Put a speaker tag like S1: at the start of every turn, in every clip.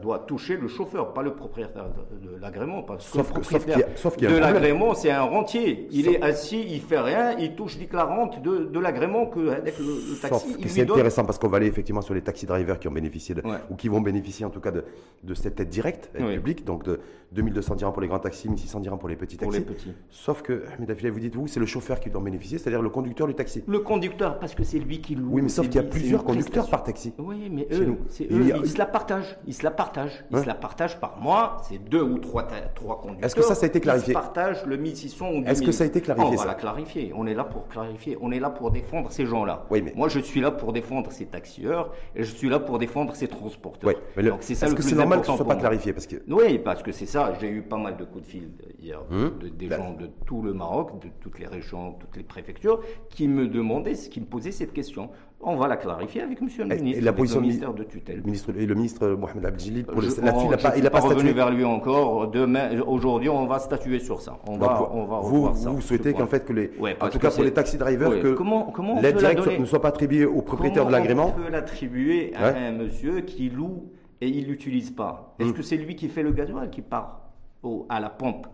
S1: doit toucher le chauffeur, pas le propriétaire de l'agrément. Parce que
S2: Sauf que-
S1: le
S2: sauf qu'il y a-
S1: propriétaire
S2: sauf qu'il y a un
S1: de
S2: problème.
S1: l'agrément, c'est un rentier. Il est assis, il fait rien, il touche ni que la rente de, de l'agrément que avec le, le taxi.
S2: Sauf
S1: il
S2: que
S1: lui
S2: c'est
S1: donne-
S2: intéressant parce qu'on va aller effectivement sur les taxi drivers qui ont bénéficié de-
S1: Ouais.
S2: ou qui vont bénéficier en tout cas de, de cette aide directe, aide
S1: Oui.
S2: publique, donc de 2200 dirhams pour les grands taxis, 1600 dirhams pour les petits
S1: Pour
S2: taxis.
S1: les petits.
S2: Sauf que, mesdames et vous dites, vous, c'est le chauffeur qui doit en bénéficier, c'est-à-dire le conducteur du taxi.
S1: Le conducteur, parce que c'est lui qui loue.
S2: Oui, mais sauf
S1: c'est
S2: qu'il y a
S1: lui, c'est
S2: plusieurs
S1: une
S2: conducteurs
S1: prestation.
S2: par taxi.
S1: Oui, mais
S2: Chez
S1: eux,
S2: nous.
S1: c'est
S2: Il
S1: eux,
S2: y a-
S1: ils se la partagent, ils se la partagent, ils
S2: Hein
S1: se la partagent par mois, c'est deux ou trois, ta- trois conducteurs.
S2: Est-ce que ça, ça a été clarifié
S1: Ils se partagent le 1600 ou 10
S2: Est-ce que
S1: 1000.
S2: ça a été clarifié,
S1: On va
S2: ça
S1: la clarifier, on est là pour clarifier, on est là pour défendre ces gens-là.
S2: Oui, mais-
S1: Moi, je suis là pour défendre ces taxieurs et je suis là pour défendre ces transporteurs.
S2: Oui, mais le-
S1: Donc, c'est ça
S2: est-ce
S1: le
S2: que
S1: plus
S2: c'est normal que ce
S1: important
S2: soit
S1: pour
S2: pas
S1: moi.
S2: clarifié Parce que
S1: Oui, parce que c'est ça. J'ai eu pas mal de coups de fil hier, de- des
S2: Bah.
S1: gens de tout le Maroc, de toutes les régions, toutes les préfectures, qui me demandaient, qui me posaient cette question. On va la clarifier avec Monsieur le
S2: Eh, Et- et
S1: ministre,
S2: la
S1: avec
S2: position
S1: le
S2: du-
S1: ministère de tutelle.
S2: le ministre, et le ministre Mohamed Abdeljalil, pour le-
S1: Je-
S2: là-dessus,
S1: on-
S2: il n'a
S1: je
S2: pas,
S1: suis
S2: il a pas
S1: revenu
S2: statué.
S1: vers lui encore. Demain, aujourd'hui, on va statuer sur ça. On
S2: Donc,
S1: va, on va
S2: vous,
S1: revoir ça.
S2: vous
S1: ce
S2: souhaitez
S1: point.
S2: qu'en fait que les,
S1: Ouais,
S2: en
S1: parce
S2: tout
S1: que
S2: cas pour
S1: c'est-
S2: les taxi drivers,
S1: Ouais.
S2: que
S1: Comment- comment on
S2: l'aide
S1: peut la
S2: directe
S1: donner
S2: ne soit pas attribuée au propriétaire de
S1: Comment
S2: l'agrément.
S1: On peut l'attribuer à
S2: Ouais. Hmm.
S1: un monsieur qui loue et il l'utilise pas. Est-ce que c'est lui qui fait le gasoil, qui part au- à la pompe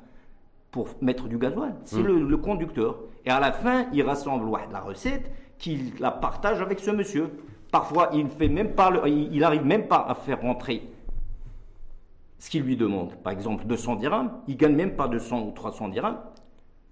S1: pour mettre du gasoil
S2: Hmm.
S1: C'est le, le conducteur. Et à la fin, il rassemble ouah, la recette qu'il la partage avec ce monsieur. Parfois, il fait même pas, le- il il arrive même pas à faire rentrer ce qu'il lui demande. Par exemple, 200 dirhams, il gagne même pas 200 ou 300 dirhams.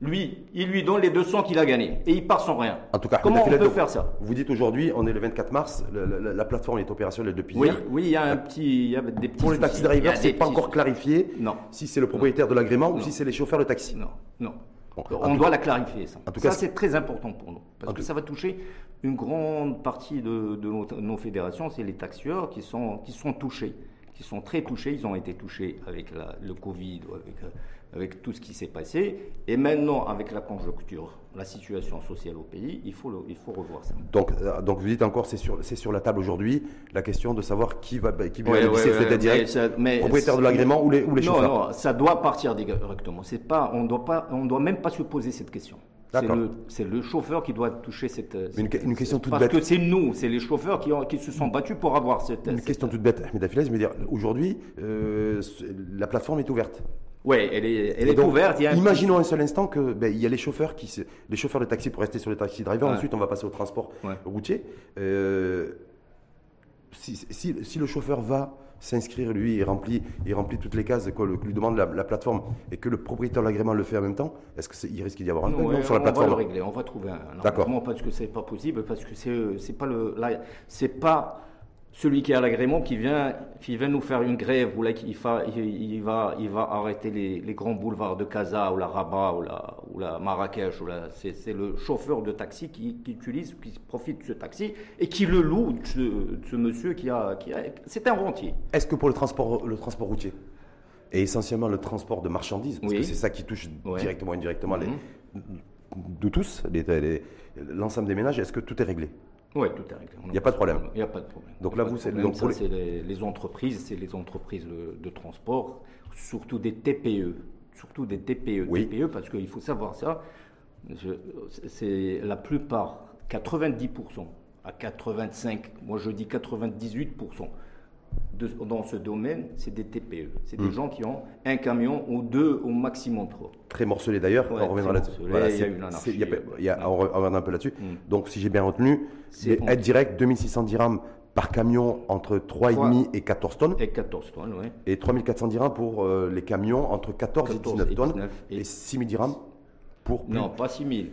S1: Lui, il lui donne les 200 qu'il a gagnés et il part sans rien.
S2: En tout cas,
S1: comment on
S2: Abdelhafid,
S1: peut
S2: donc,
S1: faire ça
S2: Vous dites aujourd'hui, on est le 24 mars, le- le- la, plateforme est opérationnelle depuis
S1: Oui,
S2: hier.
S1: oui, il y a un petit, il y a des petits.
S2: Pour les
S1: soucis.
S2: taxi
S1: Il y a
S2: drivers,
S1: des
S2: c'est pas
S1: petits
S2: encore
S1: soucis.
S2: clarifié
S1: Non.
S2: si c'est le propriétaire de l'agrément ou
S1: Non.
S2: si c'est les chauffeurs de taxi.
S1: Non, non.
S2: Bon, en
S1: on doit la clarifier ça.
S2: en tout
S1: ça
S2: cas,
S1: c'est très important pour nous parce
S2: en
S1: que
S2: tout-
S1: ça va toucher une grande partie de, de nos, nos fédérations, c'est les taxieurs qui sont qui sont touchés, qui sont très touchés. Ils ont été touchés avec la- le Covid, ou avec euh, avec tout ce qui s'est passé, et maintenant avec la conjoncture, la situation sociale au pays, il faut le- il faut revoir ça.
S2: Donc, euh, donc vous dites encore, c'est sur, c'est sur la table aujourd'hui la question de savoir qui va bah, qui va
S1: Ouais,
S2: bénéficier
S1: ouais,
S2: de cette aide
S1: ouais,
S2: directe,
S1: mais ça- mais
S2: propriétaire de
S1: c'est-
S2: l'agrément ou les, ou les
S1: non,
S2: chauffeurs.
S1: non, ça doit partir directement. C'est pas, on doit pas, on doit même pas se poser cette question. C'est
S2: D'accord.
S1: le, c'est le chauffeur qui doit toucher cette.
S2: une que-
S1: cette-
S2: une question toute
S1: Parce
S2: bête.
S1: que c'est nous, c'est les chauffeurs qui, ont- qui se sont battus pour avoir cette.
S2: Une
S1: cette-
S2: question toute bête, Ahmed Afilaz, je veux dire, aujourd'hui, euh, la plateforme est ouverte.
S1: Ouais, elle est, elle
S2: Et
S1: est
S2: donc,
S1: ouverte. il y a un-
S2: Imaginons un seul instant que ben, il y a les chauffeurs qui se- les chauffeurs de taxi pour rester sur les taxi drivers.
S1: Ouais.
S2: Ensuite, on va passer au transport
S1: Ouais.
S2: routier. Euh, si, si- si le chauffeur va s'inscrire lui et remplit et remplit toutes les cases que, le- que lui demande la, la plateforme et que le propriétaire de l'agrément le fait en même temps, est-ce que c'est- il risque d'y avoir un
S1: Non,
S2: bug
S1: ouais,
S2: non, sur la
S1: on va le
S2: plateforme
S1: régler, on va trouver un
S2: D'accord.
S1: arrangement parce que c'est pas possible, parce que c'est c'est pas le, là, c'est pas celui qui a l'agrément qui vient, qui vient nous faire une grève ou là qui fa- il, il va, il va arrêter les, les grands boulevards de Casa ou la Rabat ou la, ou la Marrakech ou la, c'est c'est le chauffeur de taxi qui, qui utilise, qui profite de ce taxi et qui le loue de ce, de ce monsieur qui a, qui a- c'est un rentier.
S2: Est-ce que pour le transport le transport routier et essentiellement le transport de marchandises, parce
S1: Oui.
S2: que c'est ça qui touche
S1: Ouais. Mhm.
S2: directement et indirectement les, nous tous, les- les- l'ensemble des ménages, est-ce que tout est réglé
S1: Oui, tout est réglé. On
S2: Il n'y a pas de problème.
S1: Il n'y a pas de problème.
S2: Donc
S1: Il y a
S2: là,
S1: pas
S2: vous,
S1: de
S2: c'est-
S1: problème.
S2: donc pour
S1: Ça, c'est les, les entreprises, c'est les entreprises de, de transport, surtout des TPE, surtout des E. TPE,
S2: Oui.
S1: TPE, parce qu'il faut savoir ça. je- C'est la plupart, 90 à 85, moi je dis 98 de- dans ce domaine, c'est des TPE. C'est
S2: Hmm.
S1: des gens qui ont un camion ou deux, au maximum trois.
S2: très morcelé d'ailleurs.
S1: Ouais,
S2: on reviendra
S1: très
S2: là-dessus.
S1: morcelé,
S2: Voilà,
S1: il y a
S2: c'est-
S1: eu une anarchie.
S2: c'est- il y a pas- il y a- on re- on reviendra un peu là-dessus.
S1: Mm.
S2: Donc, si j'ai bien retenu,
S1: C'est
S2: les
S1: bon.
S2: aides directes 2600 dirhams par camion entre 3,5 et 14 tonnes
S1: Et 14 tonnes, oui.
S2: et 3400 dirhams pour euh, les camions entre 14, et
S1: 14
S2: 19
S1: et
S2: tonnes
S1: 19
S2: et,
S1: et
S2: 6000 dirhams pour, plus-
S1: Non, pas 6 000.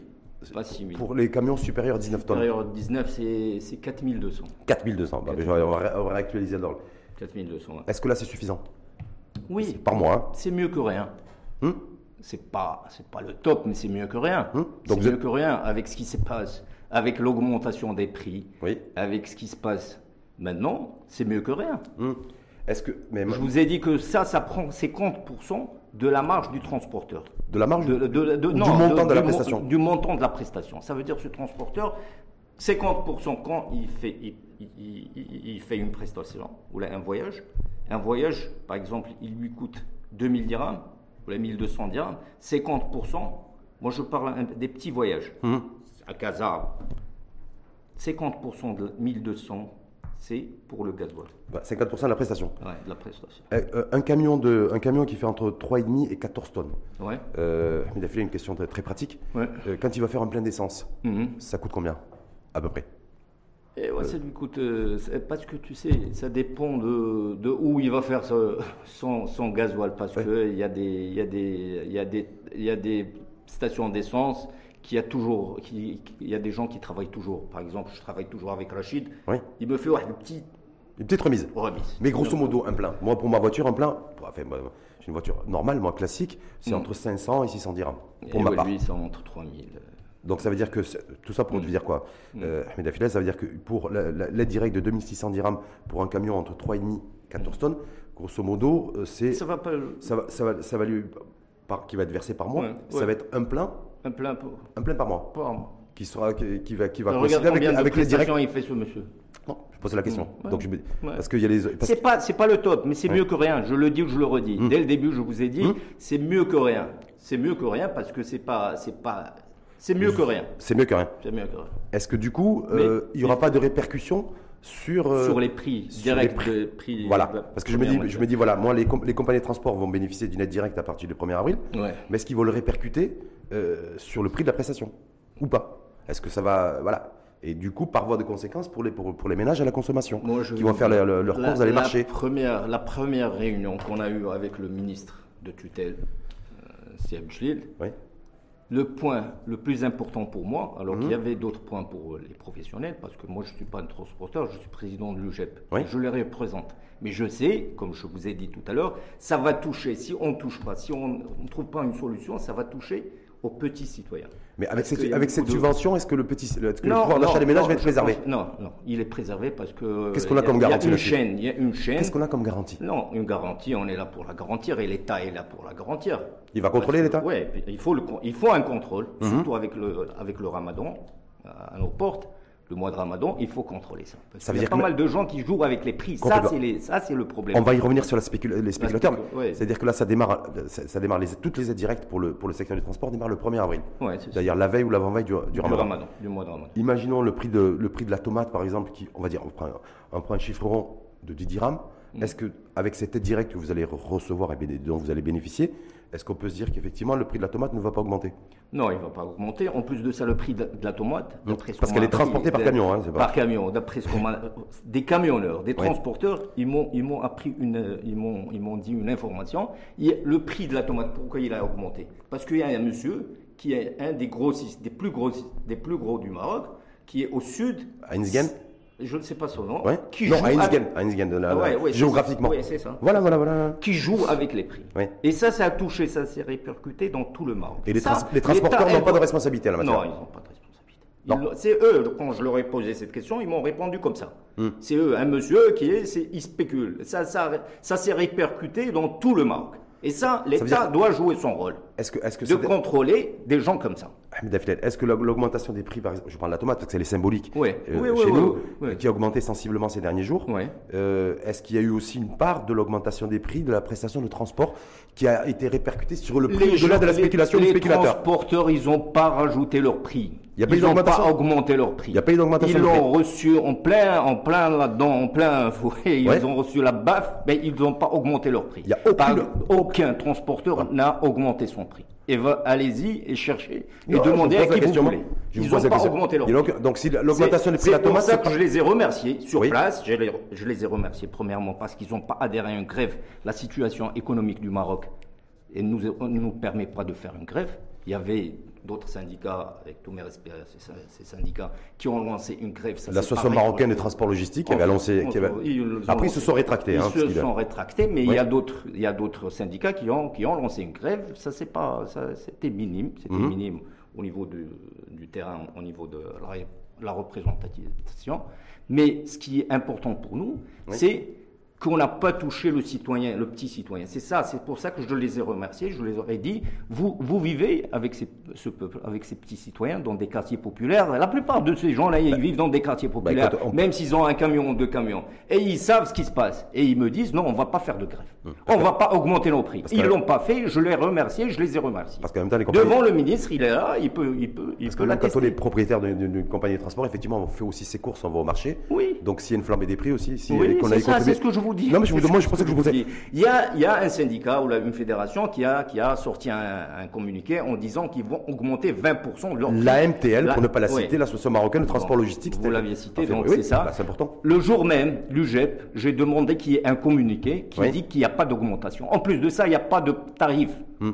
S1: Pas 6 000.
S2: pour les camions supérieurs à 19 tonnes.
S1: Supérieur à 19, c'est c'est 4200.
S2: 4200. Bah, mais je vais- on, va, ré- on va réactualiser l'ordre.
S1: 4200. ouais.
S2: Est-ce que là c'est suffisant
S1: Oui,
S2: Par mois. hein
S1: c'est mieux que rien.
S2: Hmm
S1: C'est pas, c'est pas le top, mais c'est mieux que rien.
S2: Hmm.
S1: C'est
S2: Donc vous
S1: mieux
S2: êtes-
S1: que rien avec ce qui se passe, avec l'augmentation des prix,
S2: Oui.
S1: avec ce qui se passe maintenant, c'est mieux que rien.
S2: Hmm. Est-ce que. Mais,
S1: Je vous ai dit que ça, ça prend 50% de la marge du transporteur.
S2: De la marge
S1: De- de- de- de-
S2: Du
S1: non,
S2: montant de la
S1: mo-
S2: prestation.
S1: Du montant de la prestation. Ça veut dire que ce transporteur, 50% quand il fait, il, il- il- il fait une prestation ou là, un voyage, un voyage, par exemple, il lui coûte 2000 dirhams ou là, 1200 dirhams, 50%, moi je parle un- des petits
S2: Hum.
S1: voyages, à Casa, 50% de 1200, c'est pour le gasoil.
S2: Bah, 50% de la prestation.
S1: Ouais, de la prestation.
S2: Euh, euh, un, camion de, un camion qui fait entre 3,5 et 14 tonnes.
S1: Ouais.
S2: Euh, il a fait une question très, très pratique.
S1: Ouais.
S2: Euh, quand il va faire un plein d'essence,
S1: Mhm.
S2: ça coûte combien À peu près.
S1: Et Eh, ouais, ça lui coûte. euh, c'est- parce que tu sais, ça dépend de, de où il va faire ce- son, son gasoil. Parce
S2: Ouais.
S1: que qu'il y, a des- il y, a des- il y, a des- il y a des stations d'essence qui a toujours. qui- qui- Il y a des gens qui travaillent toujours. Par exemple, je travaille toujours avec Rachid.
S2: Oui.
S1: Il me fait ouais, une petite
S2: Une petite remise.
S1: remise.
S2: Mais grosso modo, un plein. Moi, pour ma voiture, un plein, bah, enfin, moi, j'ai une voiture normale, moi, classique, c'est
S1: Mhm.
S2: entre 500 et 600 dirhams. Pour
S1: Et
S2: ma
S1: ouais,
S2: part.
S1: lui, c'est entre 3000.
S2: Donc ça veut dire que c'est- tout ça pour
S1: Mm.
S2: te dire quoi
S1: Mm.
S2: euh, Ahmed Affila, ça veut dire que pour la- la- l'aide directe de 2600 dirhams pour un camion entre 3,5 et 14 tonnes, grosso modo, euh, c'est
S1: Ça va pas. le-
S2: ça va, ça va, ça va lui par, qui va être versé par mois,
S1: Ouais,
S2: ça
S1: ouais.
S2: va être un plein,
S1: Un plein pour.
S2: un plein par mois
S1: par mois.
S2: qui sera qui, qui va qui va
S1: Euh, Regarde
S2: coïncider avec,
S1: combien de
S2: avec les directs.
S1: prestations il fait ce monsieur.
S2: Non, je pose la question.
S1: Mm. Ouais.
S2: Donc je me-
S1: Ouais.
S2: parce qu'il y a les parce- Hmm.
S1: C'est pas, c'est pas le top, mais c'est mieux que rien. Je le dis ou je le redis. Dès le début, je vous ai dit, c'est mieux que rien. C'est mieux que rien parce que c'est pas, c'est pas, c'est mieux que
S2: Hmm.
S1: rien.
S2: c'est mieux que rien.
S1: C'est mieux que rien.
S2: Est-ce que du coup, euh, il n'y aura pas de répercussions sur euh,
S1: sur les prix
S2: sur
S1: directs,
S2: les prix.
S1: de prix.
S2: Voilà,
S1: de la
S2: parce que je me dis,
S1: première
S2: je me dis voilà, moi les, com- les compagnies de transport vont bénéficier d'une aide directe à partir du 1er avril,
S1: Ouais.
S2: mais est-ce qu'ils vont le répercuter euh, sur le prix de la prestation ou pas Est-ce que ça va, voilà, et du coup par voie de conséquence pour les pour, pour les ménages à la consommation
S1: Moi, je
S2: qui
S1: vais
S2: vont
S1: vous
S2: faire
S1: dire,
S2: leur, leur- leur
S1: la-
S2: course dans les
S1: la
S2: marchés
S1: Première, la première réunion qu'on a eue avec le ministre de tutelle, euh, Siam Chlil,
S2: Oui.
S1: le point le plus important pour moi, alors
S2: Mhm.
S1: qu'il y avait d'autres points pour euh, les professionnels, parce que moi je ne suis pas un transporteur, je suis président de l'UGEP.
S2: Oui.
S1: Je les représente. Mais je sais, comme je vous ai dit tout à l'heure, ça va toucher, si on ne touche pas, si on on ne trouve pas une solution, ça va toucher aux petits citoyens.
S2: Mais avec
S1: Parce qu'il
S2: cette
S1: y a
S2: avec
S1: beaucoup
S2: cette
S1: de-
S2: subvention, est-ce que le petit le- est-ce que le pouvoir d'achat des ménages
S1: non,
S2: va être
S1: je
S2: préservé
S1: pense- non, non, il est préservé parce que. euh,
S2: Qu'est-ce qu'on a
S1: il y
S2: comme garantie
S1: Il y a une
S2: là-dessus
S1: chaîne, il y a une chaîne.
S2: Qu'est-ce qu'on a comme garantie
S1: Non, une garantie, on est là pour la garantir et l'État est là pour la garantir.
S2: Il va contrôler l'État Mhm.
S1: Oui, il faut, le, con- il faut un contrôle, surtout avec le, avec le ramadan euh, à nos portes. Le mois de ramadan, il faut contrôler ça. Parce
S2: Ça
S1: qu'il
S2: veut
S1: y a
S2: dire
S1: pas
S2: que-
S1: mal de gens qui jouent avec les prix. Ça,
S2: Complètement.
S1: c'est les- ça, c'est le problème.
S2: On va y revenir sur la spécul- les spéculateurs.
S1: spécul- ouais.
S2: C'est-à-dire que là, ça démarre, ça, ça démarre les, toutes les aides directes pour le, pour le secteur du transport démarrent le 1er avril.
S1: Ouais, c'est ça.
S2: D'ailleurs, la veille ou l'avant-veille du, du
S1: Du
S2: ramadan.
S1: ramadan, du mois de ramadan.
S2: Imaginons le prix, de, le prix de la tomate, par exemple, qui, on va dire, on prend, on prend un chiffre rond de 10 dirhams.
S1: Mm.
S2: Est-ce que, avec cette aide directe que vous allez re- recevoir et béné- dont vous allez bénéficier, est-ce qu'on peut se dire qu'effectivement, le prix de la tomate ne va pas augmenter
S1: Non, il ne va pas augmenter. En plus de ça, le prix de, de la tomate, d'après ce
S2: Parce
S1: qu'on
S2: qu'elle
S1: m'a
S2: est transportée
S1: appris,
S2: par
S1: de-
S2: camion, hein, c'est pas-
S1: Par camion, d'après ce qu'on m'a- euh, des camionneurs, des transporteurs, ils m'ont, ils m'ont appris une, euh, ils m'ont, ils m'ont dit une information. Il y a- le prix de la tomate, pourquoi il a augmenté Parce qu'il y a un monsieur qui est un des grossistes, des plus gros, des plus gros du Maroc, qui est au sud.
S2: À Inzgen
S1: Je ne sais pas son nom.
S2: Ouais.
S1: Qui
S2: Non,
S1: joue
S2: à
S1: avec-
S2: Inzgen, à Inzgen, là,
S1: Ah
S2: là,
S1: ouais, ouais, c'est
S2: géographiquement.
S1: ça. Ouais, c'est ça.
S2: Voilà, voilà, voilà.
S1: qui joue avec les prix.
S2: Ouais.
S1: Et ça, ça a touché, ça s'est répercuté dans tout le Maroc.
S2: Et les,
S1: Ça,
S2: trans- les transporteurs
S1: l'État
S2: n'ont pas de
S1: est-
S2: responsabilité à la matière.
S1: non, ils n'ont pas de responsabilité.
S2: Non.
S1: Ils l'ont- C'est eux, quand je leur ai posé cette question, ils m'ont répondu comme ça.
S2: Hmm.
S1: C'est eux, un monsieur qui est, c'est- il spécule. Ça, ça, ça s'est répercuté dans tout le Maroc. Et ça, l'État
S2: dire-
S1: doit jouer son rôle
S2: Est-ce que, est-ce que
S1: de
S2: c'est-
S1: contrôler des gens comme ça.
S2: Ahmed Affilel, est-ce que l'aug- l'augmentation des prix, par exemple, je parle de la tomate parce que c'est symbolique euh,
S1: Ouais. Oui, oui,
S2: chez
S1: oui,
S2: nous,
S1: oui, oui.
S2: qui a augmenté sensiblement ces derniers jours,
S1: Ouais.
S2: euh, est-ce qu'il y a eu aussi une part de l'augmentation des prix de la prestation de transport qui a été répercutée sur le prix
S1: gens-
S2: au-delà de la spéculation
S1: les,
S2: du
S1: les
S2: spéculateur
S1: transporteurs, ils n'ont pas rajouté leur prix.
S2: Il y a pas eu
S1: ils n'ont
S2: d'augmentation
S1: pas augmenté leur prix.
S2: Il y a pas eu d'augmentation
S1: Ils
S2: de prix.
S1: l'ont reçu en plein, en plein là-dedans, en plein fouet. Ils
S2: Ouais.
S1: ont reçu la baffe, mais ils n'ont pas augmenté leur prix.
S2: Il y a aucune-
S1: Par- aucun transporteur n'a augmenté son prix. Et va- allez-y et cherchez et demandez à qui vous voulez. Ils n'ont pas augmenté leur prix.
S2: prix. Donc, si la- l'augmentation des prix de la
S1: C'est pour
S2: tomate,
S1: ça
S2: c'est
S1: que
S2: pas-
S1: je les ai remerciés sur
S2: Oui.
S1: place. Je les, je les ai remerciés premièrement parce qu'ils n'ont pas adhéré à une grève. La situation économique du Maroc ne nous, on ne nous permet pas de faire une grève. Il y avait d'autres syndicats, avec tous mes respects à ces, sy- ces syndicats, qui ont lancé une grève. Ça, c'est
S2: l'association
S1: pareil pour
S2: marocaine
S1: les-
S2: des transports logistiques
S1: On-
S2: avait annoncé.
S1: on-
S2: qui avait-
S1: ils l'ont
S2: Après, ils
S1: lancé.
S2: se sont rétractés.
S1: Ils
S2: hein, parce
S1: se
S2: qu'il a-
S1: sont rétractés, mais il y
S2: Ouais.
S1: a d'autres, il y a d'autres syndicats qui ont, qui ont lancé une grève. Ça, c'est pas, ça, c'était minime, c'était
S2: Mhm.
S1: minime au niveau du, du terrain, au niveau de la, ré- la représentation. Mais ce qui est important pour nous, c'est qu'on n'a pas touché le citoyen, le petit citoyen. C'est ça, c'est pour ça que je les ai remerciés, je les aurais dit, vous, vous vivez avec ces, ce peuple, avec ces petits citoyens dans des quartiers populaires. La plupart de ces gens-là, ils vivent dans des quartiers populaires,
S2: Bah, écoute, on-
S1: même s'ils ont un camion ou deux camions. Et ils savent ce qui se passe. Et ils me disent, non, on va pas faire de grève. On va pas augmenter nos prix.
S2: Mmh. Parce que-
S1: Ils l'ont pas fait, je les remercie, je les ai remerciés.
S2: Parce qu'en même temps, les compagnies.
S1: Devant le ministre, il est là, il peut, il peut, il
S2: Parce que
S1: peut
S2: même quand on est
S1: l'attester.
S2: propriétaire d'une- d'une d'une compagnie de transport, effectivement, on fait aussi ses courses, on va au marché.
S1: Oui.
S2: Donc s'il y a une flambée des prix aussi, si
S1: Oui,
S2: qu'on
S1: c'est
S2: aille
S1: ça,
S2: consommer-
S1: c'est ce que je vous dis.
S2: Non, mais je vous
S1: C'est ce
S2: demande, je pensais que je vous ai.
S1: dis. Il y a, il y a un syndicat ou la- une fédération qui a, qui a sorti un, un communiqué en disant qu'ils vont augmenter 20% de leur prix.
S2: La MTL,
S1: La-
S2: pour ne pas la
S1: oui.
S2: citer, l'Association marocaine de transport
S1: Bon,
S2: logistique.
S1: vous
S2: c'était-
S1: l'aviez cité,
S2: Enfin,
S1: donc
S2: oui,
S1: c'est ça.
S2: bah, c'est important.
S1: Le jour même, l'UGEP, j'ai demandé qu'il y ait un communiqué qui
S2: Oui.
S1: dit qu'il n'y a pas d'augmentation. En plus de ça, il n'y a pas de tarif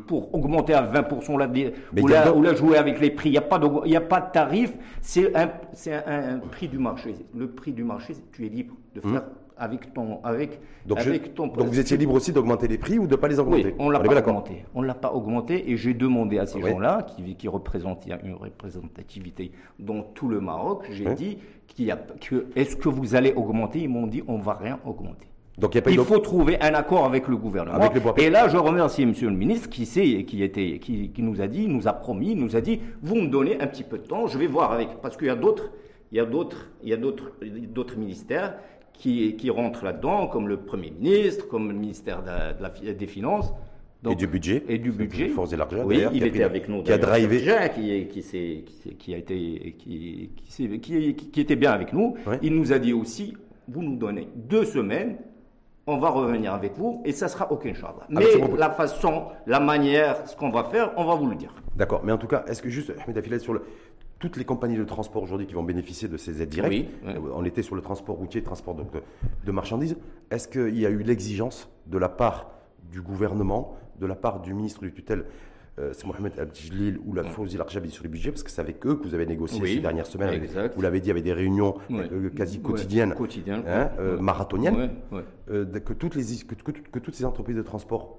S1: pour augmenter à 20% la, dé-
S2: Hmm. Mais
S1: ou,
S2: il y a
S1: la,
S2: d'autres-
S1: ou la jouer avec les prix. Il n'y a, pas d'aug- il n'y a pas de tarif. C'est un, c'est un- un prix du marché. Le prix du marché, c'est- tu es libre de faire avec ton. Avec,
S2: Hmm. Donc, je-
S1: avec ton
S2: donc vous étiez libre aussi d'augmenter les prix ou de ne pas les augmenter
S1: oui, on l'a
S2: est bien
S1: pas
S2: d'accord.
S1: augmenté. On l'a pas augmenté et j'ai demandé à ces
S2: Oui.
S1: gens-là, qui, qui représentent, il y a une représentativité dans tout le Maroc, j'ai
S2: Oui.
S1: dit qu'il y a, que est-ce que vous allez augmenter Ils m'ont dit on va rien augmenter.
S2: Donc il n'y a pas eu
S1: Il
S2: d'aug-
S1: faut trouver un accord avec le gouvernement.
S2: Avec les bois-
S1: et là, je remercie Monsieur le ministre qui sait, qui était, qui, qui nous a dit, nous a promis, nous a dit, vous me donnez un petit peu de temps, je vais voir avec, parce qu'il y a d'autres, il y a d'autres, il y a d'autres, d'autres ministères qui, qui rentrent là-dedans, comme le Premier ministre, comme le ministère de la- de la- des Finances. Donc-
S2: Et du budget.
S1: Et du budget.
S2: Force et l'argent,
S1: Oui,
S2: Hein, d'ailleurs, qui
S1: il
S2: a pris
S1: était
S2: la-
S1: avec nous.
S2: qui a
S1: d'ailleurs,
S2: drivé.
S1: Jean, qui, est- qui, s'est- qui s'est- qui a été, qui, qui s'est- qui- qui- qui était bien avec nous.
S2: Ouais.
S1: Il nous a dit aussi, vous nous donnez deux semaines, on va revenir avec vous et ça sera OK, Inch'Allah.
S2: Ah, mais
S1: Mais
S2: c'est bon.
S1: la façon, la manière, ce qu'on va faire, on va vous le dire.
S2: D'accord, mais en tout cas, est-ce que juste, Ahmed Affilel, sur le- toutes les compagnies de transport aujourd'hui qui vont bénéficier de ces aides directes,
S1: Oui, oui.
S2: euh, on était sur le transport routier, transport donc, de, de marchandises, est-ce qu'il y a eu l'exigence de la part du gouvernement, de la part du ministre du tutelle euh, c'est Mohamed Abdjlil ou la Fawzi Larjabi sur le budget, parce que c'est avec eux que vous avez négocié
S1: Mm. Oui,
S2: ces dernières semaines. avec-
S1: exact.
S2: vous l'avez dit, avec des réunions
S1: Oui.
S2: euh, quasi
S1: Ouais,
S2: quotidiennes,
S1: quotidiennes,
S2: hein,
S1: ouais,
S2: euh,
S1: ouais.
S2: marathoniennes,
S1: Ouais, ouais.
S2: euh, de- que, toutes les, que, que- que toutes ces entreprises de transport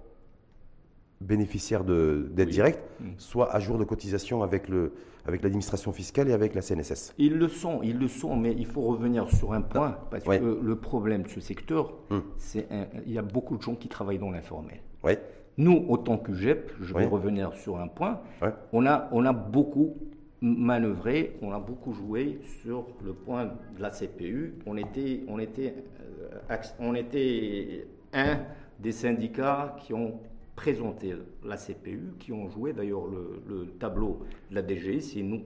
S2: bénéficiaires de- d'aides directes
S1: Mm.
S2: soient à jour de cotisation avec le- avec l'administration fiscale et avec la CNSS.
S1: Ils le sont, ils le sont, mais il faut revenir sur un point, parce
S2: Ah, Ouais. Hum.
S1: que le problème de ce secteur, c'est un- il y a beaucoup de gens qui travaillent dans l'informel.
S2: Oui,
S1: Nous, autant que GEP, je vais
S2: Oui.
S1: revenir sur un point,
S2: Ouais.
S1: on, a, on a beaucoup manœuvré, on a beaucoup joué sur le point de la CPU. On était, on était, euh, ax- on était un des syndicats qui ont présenté la CPU, qui ont joué d'ailleurs le, le tableau de la DGI, c'est nous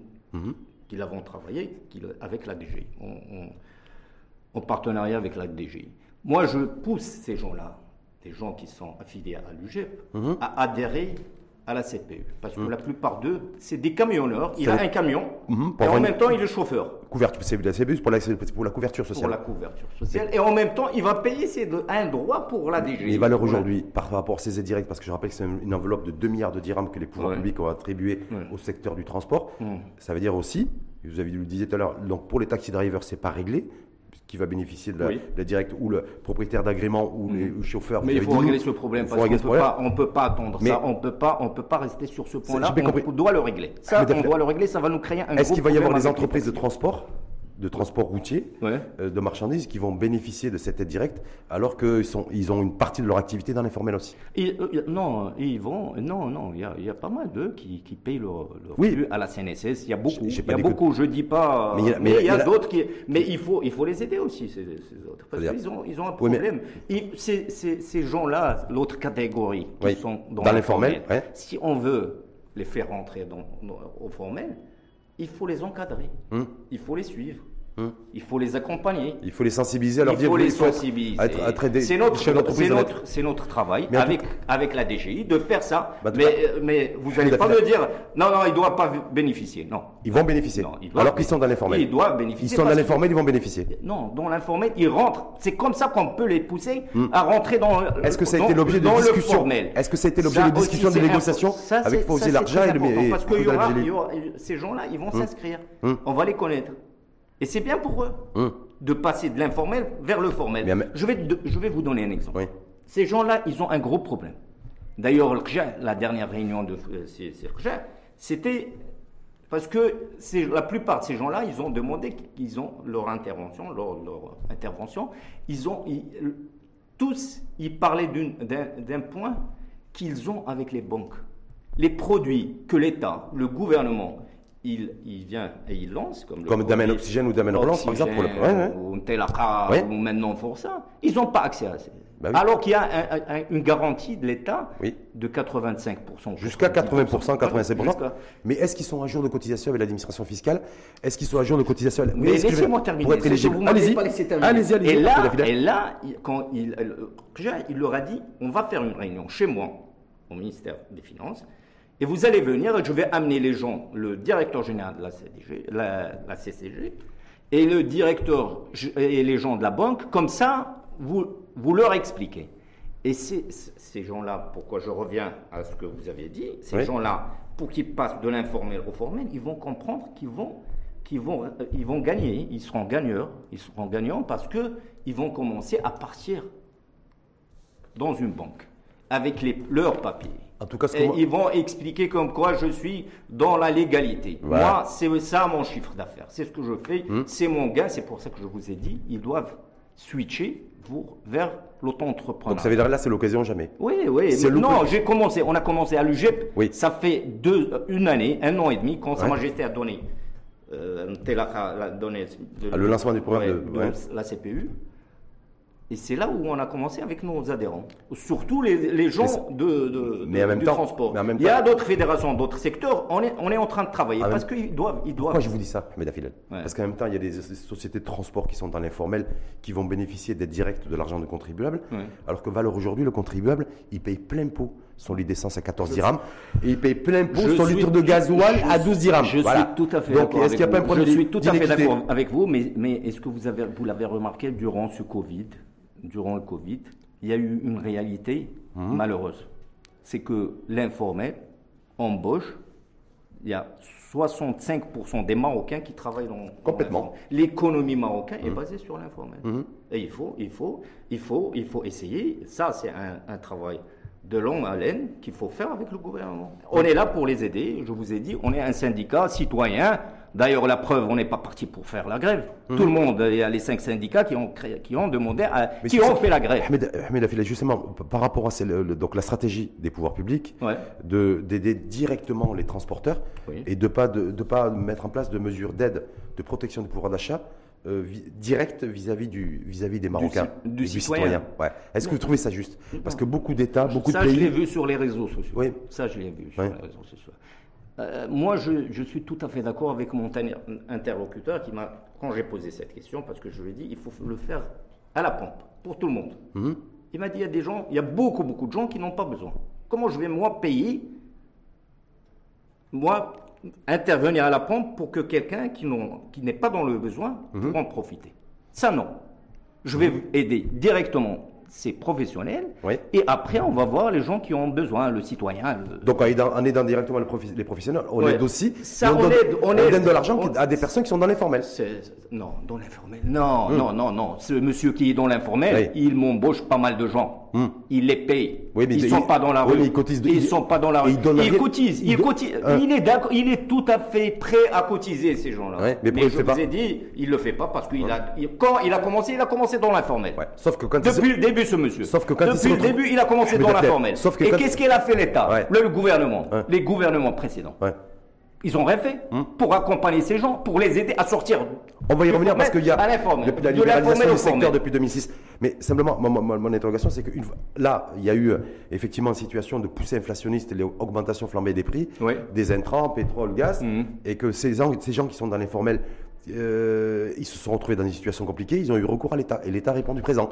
S1: qui l'avons travaillé qui l'a- avec la DGI. On- on- en partenariat avec la DGI. Moi, je pousse ces gens-là, des gens qui sont affiliés à l'UGEP,
S2: Mhm.
S1: à adhérer à la CPU. Parce que la plupart d'eux, c'est des camionneurs. Il a
S2: C'est-
S1: un camion,
S2: Mhm, pour
S1: et en
S2: avoir
S1: même
S2: une-
S1: temps, il est chauffeur
S2: couverture, c'est c'est pour la, c'est pour la couverture
S1: pour
S2: sociale.
S1: la couverture sociale. Et en même temps, il va payer ses do- un droit pour la DGI.
S2: Les valeurs aujourd'hui par rapport à ces aides directes, parce que je rappelle que c'est une enveloppe de 2 milliards de dirhams que les pouvoirs
S1: Ouais.
S2: publics ont attribué
S1: Ouais.
S2: au secteur du transport,
S1: Mm.
S2: ça veut dire aussi, et vous avez vous le disiez tout à l'heure, donc pour les taxi drivers, c'est pas réglé, qui va bénéficier de la,
S1: Oui. Mm-hmm.
S2: de la directe ou le propriétaire d'agrément ou le chauffeur. vous
S1: Mais il
S2: avez
S1: faut
S2: dit,
S1: régler
S2: nous,
S1: ce problème
S2: il faut
S1: parce
S2: régler
S1: qu'on
S2: ce
S1: peut
S2: problème.
S1: pas, on peut pas attendre
S2: Mais-
S1: ça. On peut pas, on peut pas rester sur ce
S2: j'ai
S1: point-là.
S2: bien compris.
S1: On doit le régler.
S2: Ah,
S1: Ça,
S2: mais
S1: on
S2: d'accord.
S1: doit le régler. Ça va nous créer un.
S2: Est-ce
S1: gros
S2: qu'il va y avoir
S1: problème
S2: des
S1: avec les
S2: entreprises de transport, de transport routier,
S1: Ouais.
S2: euh, de marchandises qui vont bénéficier de cette aide directe alors qu'ils sont- ils ont une partie de leur activité dans l'informel aussi
S1: Et, euh, y- non, ils vont. Non, non, il y a, il y a pas mal d'eux qui, qui payent leur, leur
S2: Oui.
S1: flux à la CNSS. Il y a beaucoup.
S2: J'ai- j'ai
S1: Il
S2: pas
S1: y a
S2: dit que-
S1: beaucoup. Je dis pas. Mais
S2: Mais il y a- mais
S1: il y a,
S2: il y a-
S1: d'autres qui. Mais il faut, il faut les aider aussi ces, ces autres parce
S2: C'est-à-dire-
S1: qu'ils ont, ils ont un
S2: Oui, mais-
S1: problème. Ils- ces, ces- ces gens-là, l'autre catégorie qui
S2: Oui,
S1: sont dans,
S2: dans l'informel, ouais.
S1: Si on veut les faire rentrer dans, dans- au formel, il faut les encadrer.
S2: Hum.
S1: Il faut les suivre.
S2: Hum.
S1: Il faut les accompagner.
S2: Il faut les sensibiliser à leur
S1: il
S2: dire
S1: faut
S2: vous,
S1: les
S2: être-
S1: sensibiliser.
S2: être- être des-
S1: c'est
S2: des
S1: notre,
S2: chefs d'entreprise
S1: c'est
S2: dans la-
S1: notre, c'est notre travail
S2: Mais en tout
S1: avec, avec la DGI de faire ça.
S2: Bah, en tout
S1: mais,
S2: cas-
S1: euh, mais vous n'allez
S2: tout à
S1: pas
S2: fait.
S1: me dire non, non, il ne doit pas bénéficier. Non.
S2: Ils vont bénéficier.
S1: Non, il doit-
S2: alors qu'ils sont dans l'informel.
S1: Il doit bénéficier
S2: Ils sont dans
S1: parce que-
S2: l'informel, ils vont bénéficier.
S1: Non, dans l'informel, ils rentrent. C'est comme ça qu'on peut les pousser à rentrer dans.
S2: Hmm. Est-ce que ça a
S1: Euh, dans-
S2: été l'objet de
S1: dans le
S2: discussions
S1: formel.
S2: Est-ce que ça a été l'objet de
S1: aussi,
S2: discussions, de
S1: c'est
S2: négociations
S1: important. Ça,
S2: avec
S1: c'est-
S2: Fawzi
S1: ça, c'est
S2: Larja
S1: très
S2: et le-
S1: important,
S2: et- Hmm.
S1: Parce
S2: et
S1: qu'il y aura,
S2: Abdelali.
S1: il y aura- ces gens-là, ils vont s'inscrire. On va les connaître. Et c'est bien pour eux
S2: Hum,
S1: de passer de l'informel vers le formel.
S2: Mais- mais-
S1: Je, vais, de- je vais vous donner un exemple.
S2: Oui.
S1: Ces gens-là, ils ont un gros problème. D'ailleurs, le Kja, la dernière réunion de euh, c'est- c'est le Kja, c'était parce que c'est- la plupart de ces gens-là, ils ont demandé qu'ils ont leur intervention, leur, leur intervention, ils ont ils- tout tous, ils parlaient d'une- d'un d'un point qu'ils ont avec les banques. Les produits que l'État, le gouvernement, il, il vient et il lance, comme, le
S2: Comme Damène
S1: produit
S2: Oxygène ou Damène Relance, par exemple, pour le-
S1: Oxygène,
S2: ouais, ouais.
S1: Ou Telaka,
S2: Ouais.
S1: ou maintenant pour ça, ils n'ont pas accès à ça.
S2: Bah oui.
S1: Alors qu'il y a un- un- un- une garantie de l'État
S2: Oui.
S1: de 85%.
S2: Jusqu'à 80%, 85%.
S1: Jusqu'à-
S2: Mais est-ce qu'ils sont à jour de cotisation avec l'administration fiscale Est-ce qu'ils sont à jour de cotisation
S1: Mais
S2: est-ce que-
S1: laissez-moi terminer.
S2: Pour être
S1: c'est que
S2: éligible.
S1: vous m'avez
S2: Allez-y.
S1: pas laissé terminer.
S2: Allez-y, allez-y.
S1: Et là,
S2: Abdelhafid.
S1: et là, il- quand il, euh, déjà, il leur a dit, on va faire une réunion chez moi, au ministère des Finances, et vous allez venir, et je vais amener les gens, le directeur général de la, CDG, la, la CCG, et le directeur g- et les gens de la banque, comme ça, vous, vous leur expliquez. Et ces, ces gens-là, pourquoi je reviens à ce que vous avez dit, ces
S2: Oui.
S1: gens-là, pour qu'ils passent de l'informel au formel, ils vont comprendre qu'ils vont, qu'ils vont, euh, ils vont gagner, ils seront gagneurs, ils seront gagnants parce que ils vont commencer à partir dans une banque avec les, leurs papiers.
S2: En tout cas, ce
S1: Et
S2: qu'on-
S1: ils vont expliquer comme quoi je suis dans la légalité.
S2: Voilà. Hmm.
S1: Moi, c'est ça mon chiffre d'affaires. C'est ce que je fais, c'est mon gain. C'est pour ça que je vous ai dit, ils doivent switcher pour, vers l'auto-entrepreneur.
S2: Donc ça veut dire là, c'est l'occasion jamais.
S1: Oui, oui.
S2: C'est
S1: mais
S2: le
S1: Non,
S2: loupé.
S1: j'ai commencé. On a commencé à l'UGEP.
S2: Oui.
S1: Ça fait deux, euh, une année, un an et demi, quand Sa
S2: Ouais.
S1: Majesté a donné, euh, un tel accord, la- donné de-
S2: Ah, le lancement du programme de- ouais.
S1: la CPU. Et c'est là où on a commencé avec nos adhérents, surtout les, les gens de, de-
S2: mais
S1: de-
S2: en même
S1: du
S2: temps-
S1: transport.
S2: mais en même
S1: Il y a
S2: temps-
S1: d'autres fédérations, d'autres secteurs. On est, on est en train de travailler
S2: En
S1: parce qu'ils doivent, ils doivent.
S2: Pourquoi je vous dis ça, Medafilel
S1: Ouais.
S2: Parce qu'en même temps, il y a des, des sociétés de transport qui sont dans l'informel, qui vont bénéficier d'aides directes de l'argent du contribuable,
S1: Ouais.
S2: alors que valeur aujourd'hui, le contribuable, il paye plein pot son litre d'essence à 14 dirhams, et il paye plein pot
S1: Je
S2: son
S1: suis-
S2: litre de gasoil
S1: je-
S2: à 12 dirhams.
S1: Je
S2: Voilà.
S1: suis tout à fait
S2: Donc,
S1: d'accord.
S2: est-ce qu'il n'y a
S1: avec
S2: pas un
S1: vous.
S2: problème
S1: Je suis tout à fait
S2: d'inéquité
S1: d'accord avec vous, mais, mais est-ce que vous avez, vous l'avez remarqué durant ce Covid, durant le Covid, il y a eu une réalité
S2: Hein?
S1: malheureuse, c'est que l'informel embauche. Il y a 65% des Marocains qui travaillent dans dans
S2: Complètement.
S1: l'informel. L'économie marocaine
S2: Mmh.
S1: est basée sur l'informel. Et il faut, il faut, il faut, il faut essayer. Ça, c'est un, un travail de longue haleine qu'il faut faire avec le gouvernement. On est là pour les aider. Je vous ai dit, on est un syndicat citoyen. D'ailleurs, la preuve, on n'est pas parti pour faire la grève.
S2: Mmh.
S1: Tout le monde, il y a les cinq syndicats qui ont, créé- qui ont demandé, à-
S2: Mais
S1: qui
S2: c'est
S1: ont
S2: ça.
S1: fait la grève.
S2: Ahmed, Ahmed Affila, justement, p- par rapport à celle- euh, le- donc la stratégie des pouvoirs publics,
S1: Ouais.
S2: de- d'aider directement les transporteurs
S1: Oui.
S2: et de ne pas, de, de pas mettre en place de mesures d'aide, de protection du pouvoir d'achat euh, vi- directe vis-à-vis du- vis-à-vis des Marocains,
S1: ci- du
S2: et
S1: citoyen.
S2: Ouais. Est-ce que vous trouvez ça juste Parce que beaucoup d'États, beaucoup
S1: ça,
S2: de
S1: je l'ai
S2: pays...
S1: vu sur les réseaux sociaux.
S2: Oui.
S1: Ça, je l'ai vu sur
S2: Oui.
S1: les réseaux sociaux. Euh, moi, je, je suis tout à fait d'accord avec mon tani- interlocuteur qui m'a, quand j'ai posé cette question, parce que je lui ai dit, il faut le faire à la pompe, pour tout le monde.
S2: Hum.
S1: Il m'a dit, il y a des gens, il y a beaucoup, beaucoup de gens qui n'ont pas besoin. Comment je vais, moi, payer, moi, intervenir à la pompe pour que quelqu'un qui n'en- qui n'est pas dans le besoin
S2: Hum.
S1: pour en profiter Ça, non. Je vais aider directement ces professionnels
S2: Oui.
S1: et après, on va voir les gens qui ont besoin, le citoyen. le-
S2: Donc en aidant, en aidant directement les, profi- les professionnels, on
S1: Ouais.
S2: aide aussi,
S1: Ça,
S2: mais
S1: on
S2: donne,
S1: aide- on aide.
S2: donne de l'argent
S1: On-
S2: à des personnes qui sont dans l'informel.
S1: C'est- c'est- Non, dans l'informel. Non, non, non, non. Ce monsieur qui est dans l'informel,
S2: Hum. Oui. Hum.
S1: il m'embauche pas mal de gens. Il les paye.
S2: Oui, mais
S1: ils
S2: il-
S1: sont pas dans la
S2: oui,
S1: rue.
S2: mais il cotise de-
S1: Ils
S2: il-
S1: sont pas dans la
S2: et
S1: rue.
S2: il donne rien-
S1: cotisent.
S2: il
S1: Il,
S2: don-
S1: cotise.
S2: Hein.
S1: il est d'accord. Il est tout à fait prêt à cotiser ces gens-là.
S2: Ouais, mais pourquoi il
S1: je
S2: le fait
S1: vous
S2: pas
S1: ai dit, il le fait pas parce qu'il a. il- quand il a commencé, il a commencé dans l'informel.
S2: Ouais. Sauf que quand ils-
S1: Depuis le début, ce monsieur.
S2: Sauf que quand il se
S1: Depuis le
S2: retrouve-
S1: début, il a commencé
S2: Mais
S1: dans
S2: d'accord.
S1: l'informel.
S2: Sauf que
S1: Et
S2: quand-
S1: qu'est-ce qu'il a fait l'État
S2: Ouais.
S1: Le gouvernement.
S2: Ouais.
S1: Les gouvernements précédents.
S2: Ouais.
S1: Ils ont rien fait
S2: Hein
S1: pour accompagner ces gens, pour les aider à sortir.
S2: On va y
S1: du
S2: revenir parce
S1: formel
S2: qu'il y a
S1: à l'informel.
S2: depuis la
S1: De l'informel
S2: libéralisation
S1: au
S2: du secteur
S1: formel.
S2: depuis 2006. Mais simplement, mon, mon- mon interrogation, c'est que une fois- là, il y a eu euh, effectivement une situation de poussée inflationniste, les augmentations flambées des prix,
S1: Oui. Mhm.
S2: des intrants, pétrole, gaz, et que ces gens, ces gens qui sont dans l'informel, euh, ils se sont retrouvés dans des situations compliquées, ils ont eu recours à l'État, et l'État a répondu présent.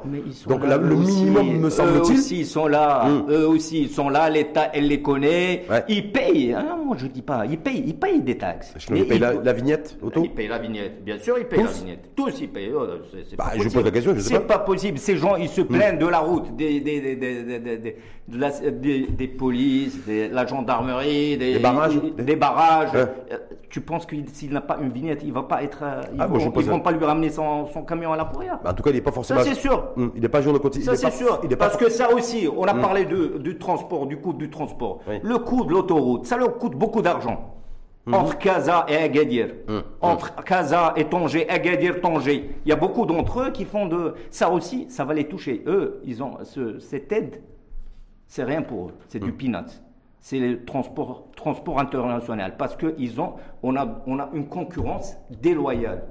S2: Donc là, le minimum, me
S1: Eux
S2: semble-t-il,
S1: aussi, ils sont là.
S2: Mm.
S1: Eux aussi, ils sont là. L'État, elle les connaît.
S2: Ouais.
S1: Ils payent. Ah non, moi, je dis pas. Ils payent, ils payent des taxes.
S2: je ne
S1: Mais
S2: paye
S1: ils-
S2: la, la vignette, auto.
S1: Ils payent Bah, la vignette, bien sûr, ils payent
S2: Tous
S1: la vignette. Tous, ils payent. Oh, c'est- c'est
S2: Bah,
S1: pas
S2: je
S1: possible.
S2: pose la question, je sais Hmm.
S1: C'est pas. possible. Ces gens, ils se plaignent de la route, des, des, des, des, des, des, des- de la- des- des polices, des- de la gendarmerie, des,
S2: Des barrages.
S1: des, des barrages.
S2: Ouais.
S1: Euh, Tu penses qu'il s'il n'a pas une vignette, il va pas être. euh, Ils,
S2: Ah, moi, je
S1: vont,
S2: pose
S1: ils
S2: la-
S1: vont pas lui ramener son, son camion à la poirière.
S2: Bah, en tout cas, il n'est pas forcément.
S1: Ça, c'est sûr.
S2: Hum, Il n'est pas jour de cotis.
S1: Ça, c'est sûr.
S2: Il n'est pas Mm.
S1: Parce que ça aussi, on a parlé de- du transport, du coût du transport.
S2: Oui. Mm.
S1: Le coût de l'autoroute, ça leur coûte beaucoup d'argent. entre Casa et Agadir, entre Casa et Tanger, Agadir, Tanger. Il y a beaucoup d'entre eux qui font de... Ça aussi, ça va les toucher. Eux, ils ont ce- cette aide, c'est rien pour eux, c'est
S2: Mm.
S1: du peanut. C'est le transport, transport international parce que ils ont, on, a, on a une concurrence déloyale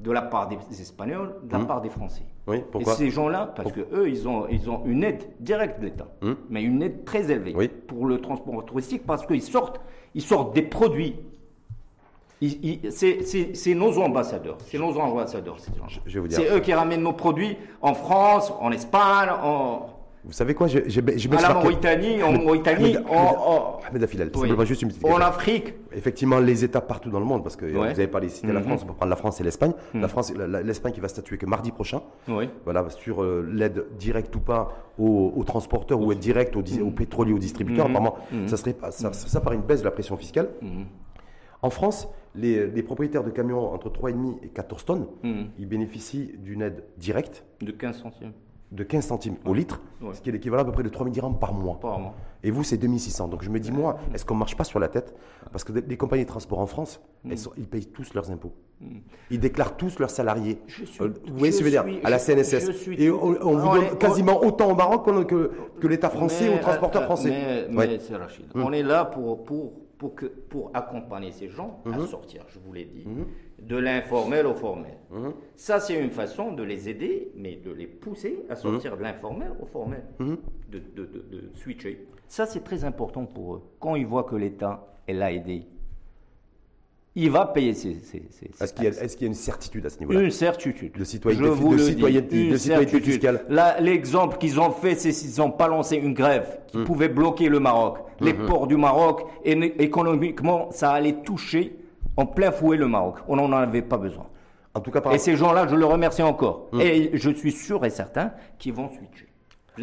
S1: de la part des Espagnols, de
S2: Mm.
S1: la part des Français.
S2: Oui, pourquoi
S1: Et ces gens-là, parce que eux, ils ont, ils ont une aide directe de l'État, mais une aide très élevée
S2: Hum. Oui.
S1: pour le transport touristique parce qu'ils sortent, ils sortent des produits. Ils- ils- c'est- C'est c'est nos ambassadeurs, c'est nos ambassadeurs. ces gens-là.
S2: je vais vous dire.
S1: C'est eux qui ramènent nos produits en France, en Espagne, en,
S2: Vous savez quoi J'ai j'ai- j'ai
S1: à la
S2: benchmarké-
S1: Mauritanie, en Mauritanie,
S2: Ahmed-
S1: en, en-
S2: Ahmed Afilal,
S1: Oui.
S2: simplement juste une petite
S1: en
S2: question.
S1: Afrique.
S2: Effectivement, les États partout dans le monde, parce que euh,
S1: Ouais. Mm-hmm. Mm.
S2: vous avez parlé, cité la France, on peut prendre la France et l'Espagne. La France, la- la- l'Espagne qui va statuer que mardi prochain,
S1: Oui.
S2: voilà, sur euh, l'aide directe ou pas aux, aux transporteurs ou aide directe aux,
S1: Mm-hmm.
S2: dis- aux pétroliers, aux distributeurs. Apparemment, ça serait pas- ça, ça par une baisse de la pression fiscale.
S1: Mm-hmm.
S2: En France, les, les propriétaires de camions entre 3,5 et 14 tonnes,
S1: Mm.
S2: ils bénéficient d'une aide directe
S1: Hmm. De 15 centimes
S2: de 15 centimes au litre,
S1: Ouais.
S2: ce qui est l'équivalent à peu près de 3000 dirhams par mois.
S1: par mois.
S2: Et vous, c'est 2600. Donc je me dis, moi, est-ce qu'on ne marche pas sur la tête Parce que les compagnies de transport en France,
S1: Mm.
S2: elles sont- ils payent tous leurs impôts. Ils déclarent tous leurs salariés.
S1: Je suis-
S2: Euh, vous voyez ce
S1: Mm. Euh, je
S2: que je veux dire
S1: suis-
S2: À la
S1: je-
S2: CNSS.
S1: je suis
S2: Et
S1: tout-
S2: on, on vous
S1: on
S2: donne
S1: est- on-
S2: quasiment autant au Maroc qu'on- que, que l'État français
S1: Mais,
S2: ou aux transporteurs
S1: euh,
S2: français.
S1: Mais,
S2: Ouais. Hum.
S1: mais c'est Rachid. On est là pour, pour, pour, que, pour accompagner ces gens à
S2: Hum.
S1: sortir, je vous l'ai dit, de l'informel au formel.
S2: Hum.
S1: Ça, c'est une façon de les aider, mais de les pousser
S2: Hum.
S1: à sortir de l'informel au formel, de, de, de, de switcher. Ça, c'est très important pour eux. Quand ils voient que l'État est là aidé, il va payer ses, ses, ses- ses
S2: Est-ce qu'il y, a-
S1: taxes.
S2: est-ce qu'il y a une certitude à ce niveau-là
S1: Une certitude.
S2: De citoyenneté-
S1: Je vous
S2: de
S1: le
S2: citoyenneté-
S1: dis, une
S2: de citoyenneté
S1: certitude.
S2: fiscale.
S1: Là, l'exemple qu'ils ont fait, c'est qu'ils n'ont pas lancé une grève
S2: Hum.
S1: qui pouvait bloquer le Maroc, les ports du Maroc, et né- économiquement, ça allait toucher en plein fouet le Maroc. On n'en avait pas besoin.
S2: En tout cas, par,
S1: Et ces gens-là, je le remercie encore.
S2: Hum.
S1: Et je suis sûr et certain qu'ils vont switcher.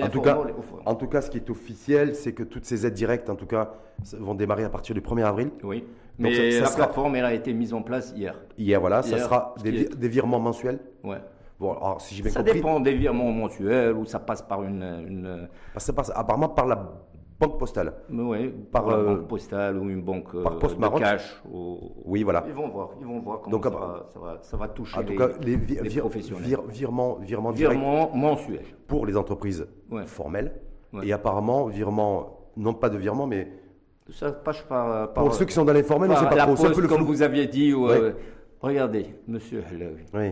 S2: en tout cas,
S1: L'informel au formel.
S2: en tout cas, ce qui est officiel, c'est que toutes ces aides directes, en tout cas, ça- vont démarrer à partir du 1er avril.
S1: Oui. Mais
S2: ça- ça
S1: la
S2: sera-
S1: plateforme, elle a été mise en place hier.
S2: Hier, voilà, ça
S1: Hier,
S2: sera
S1: ce
S2: des,
S1: qui
S2: vi-
S1: est-
S2: des virements mensuels.
S1: Ouais.
S2: Bon, alors, si j'ai bien
S1: Ça
S2: compris,
S1: dépend des virements mensuels ou ça passe par une. une
S2: parce que ça passe apparemment par la banque postale.
S1: Mais ouais,
S2: Par,
S1: par la
S2: euh,
S1: banque postale ou une banque euh,
S2: par Poste
S1: de
S2: Maroc.
S1: cash. ou-
S2: Oui, voilà.
S1: Ils vont voir, ils vont voir comment
S2: Donc,
S1: ça,
S2: ah bah,
S1: va, ça, va, ça va toucher
S2: En tout
S1: les,
S2: cas, les, vi-
S1: les
S2: vir-
S1: professionnels.
S2: vir- virements, virements directs
S1: Virement mensuel.
S2: pour les entreprises
S1: Ouais.
S2: formelles.
S1: Ouais.
S2: Et apparemment, virements, non pas de virements, mais
S1: Ça passe par, euh, par,
S2: pour ceux qui sont dans l'informel, on
S1: par
S2: sait pas
S1: la
S2: trop. C'est un peu
S1: poste,
S2: le
S1: comme
S2: flou.
S1: vous aviez dit. ou, euh,
S2: Ouais.
S1: regardez, monsieur Halawi,
S2: Oui.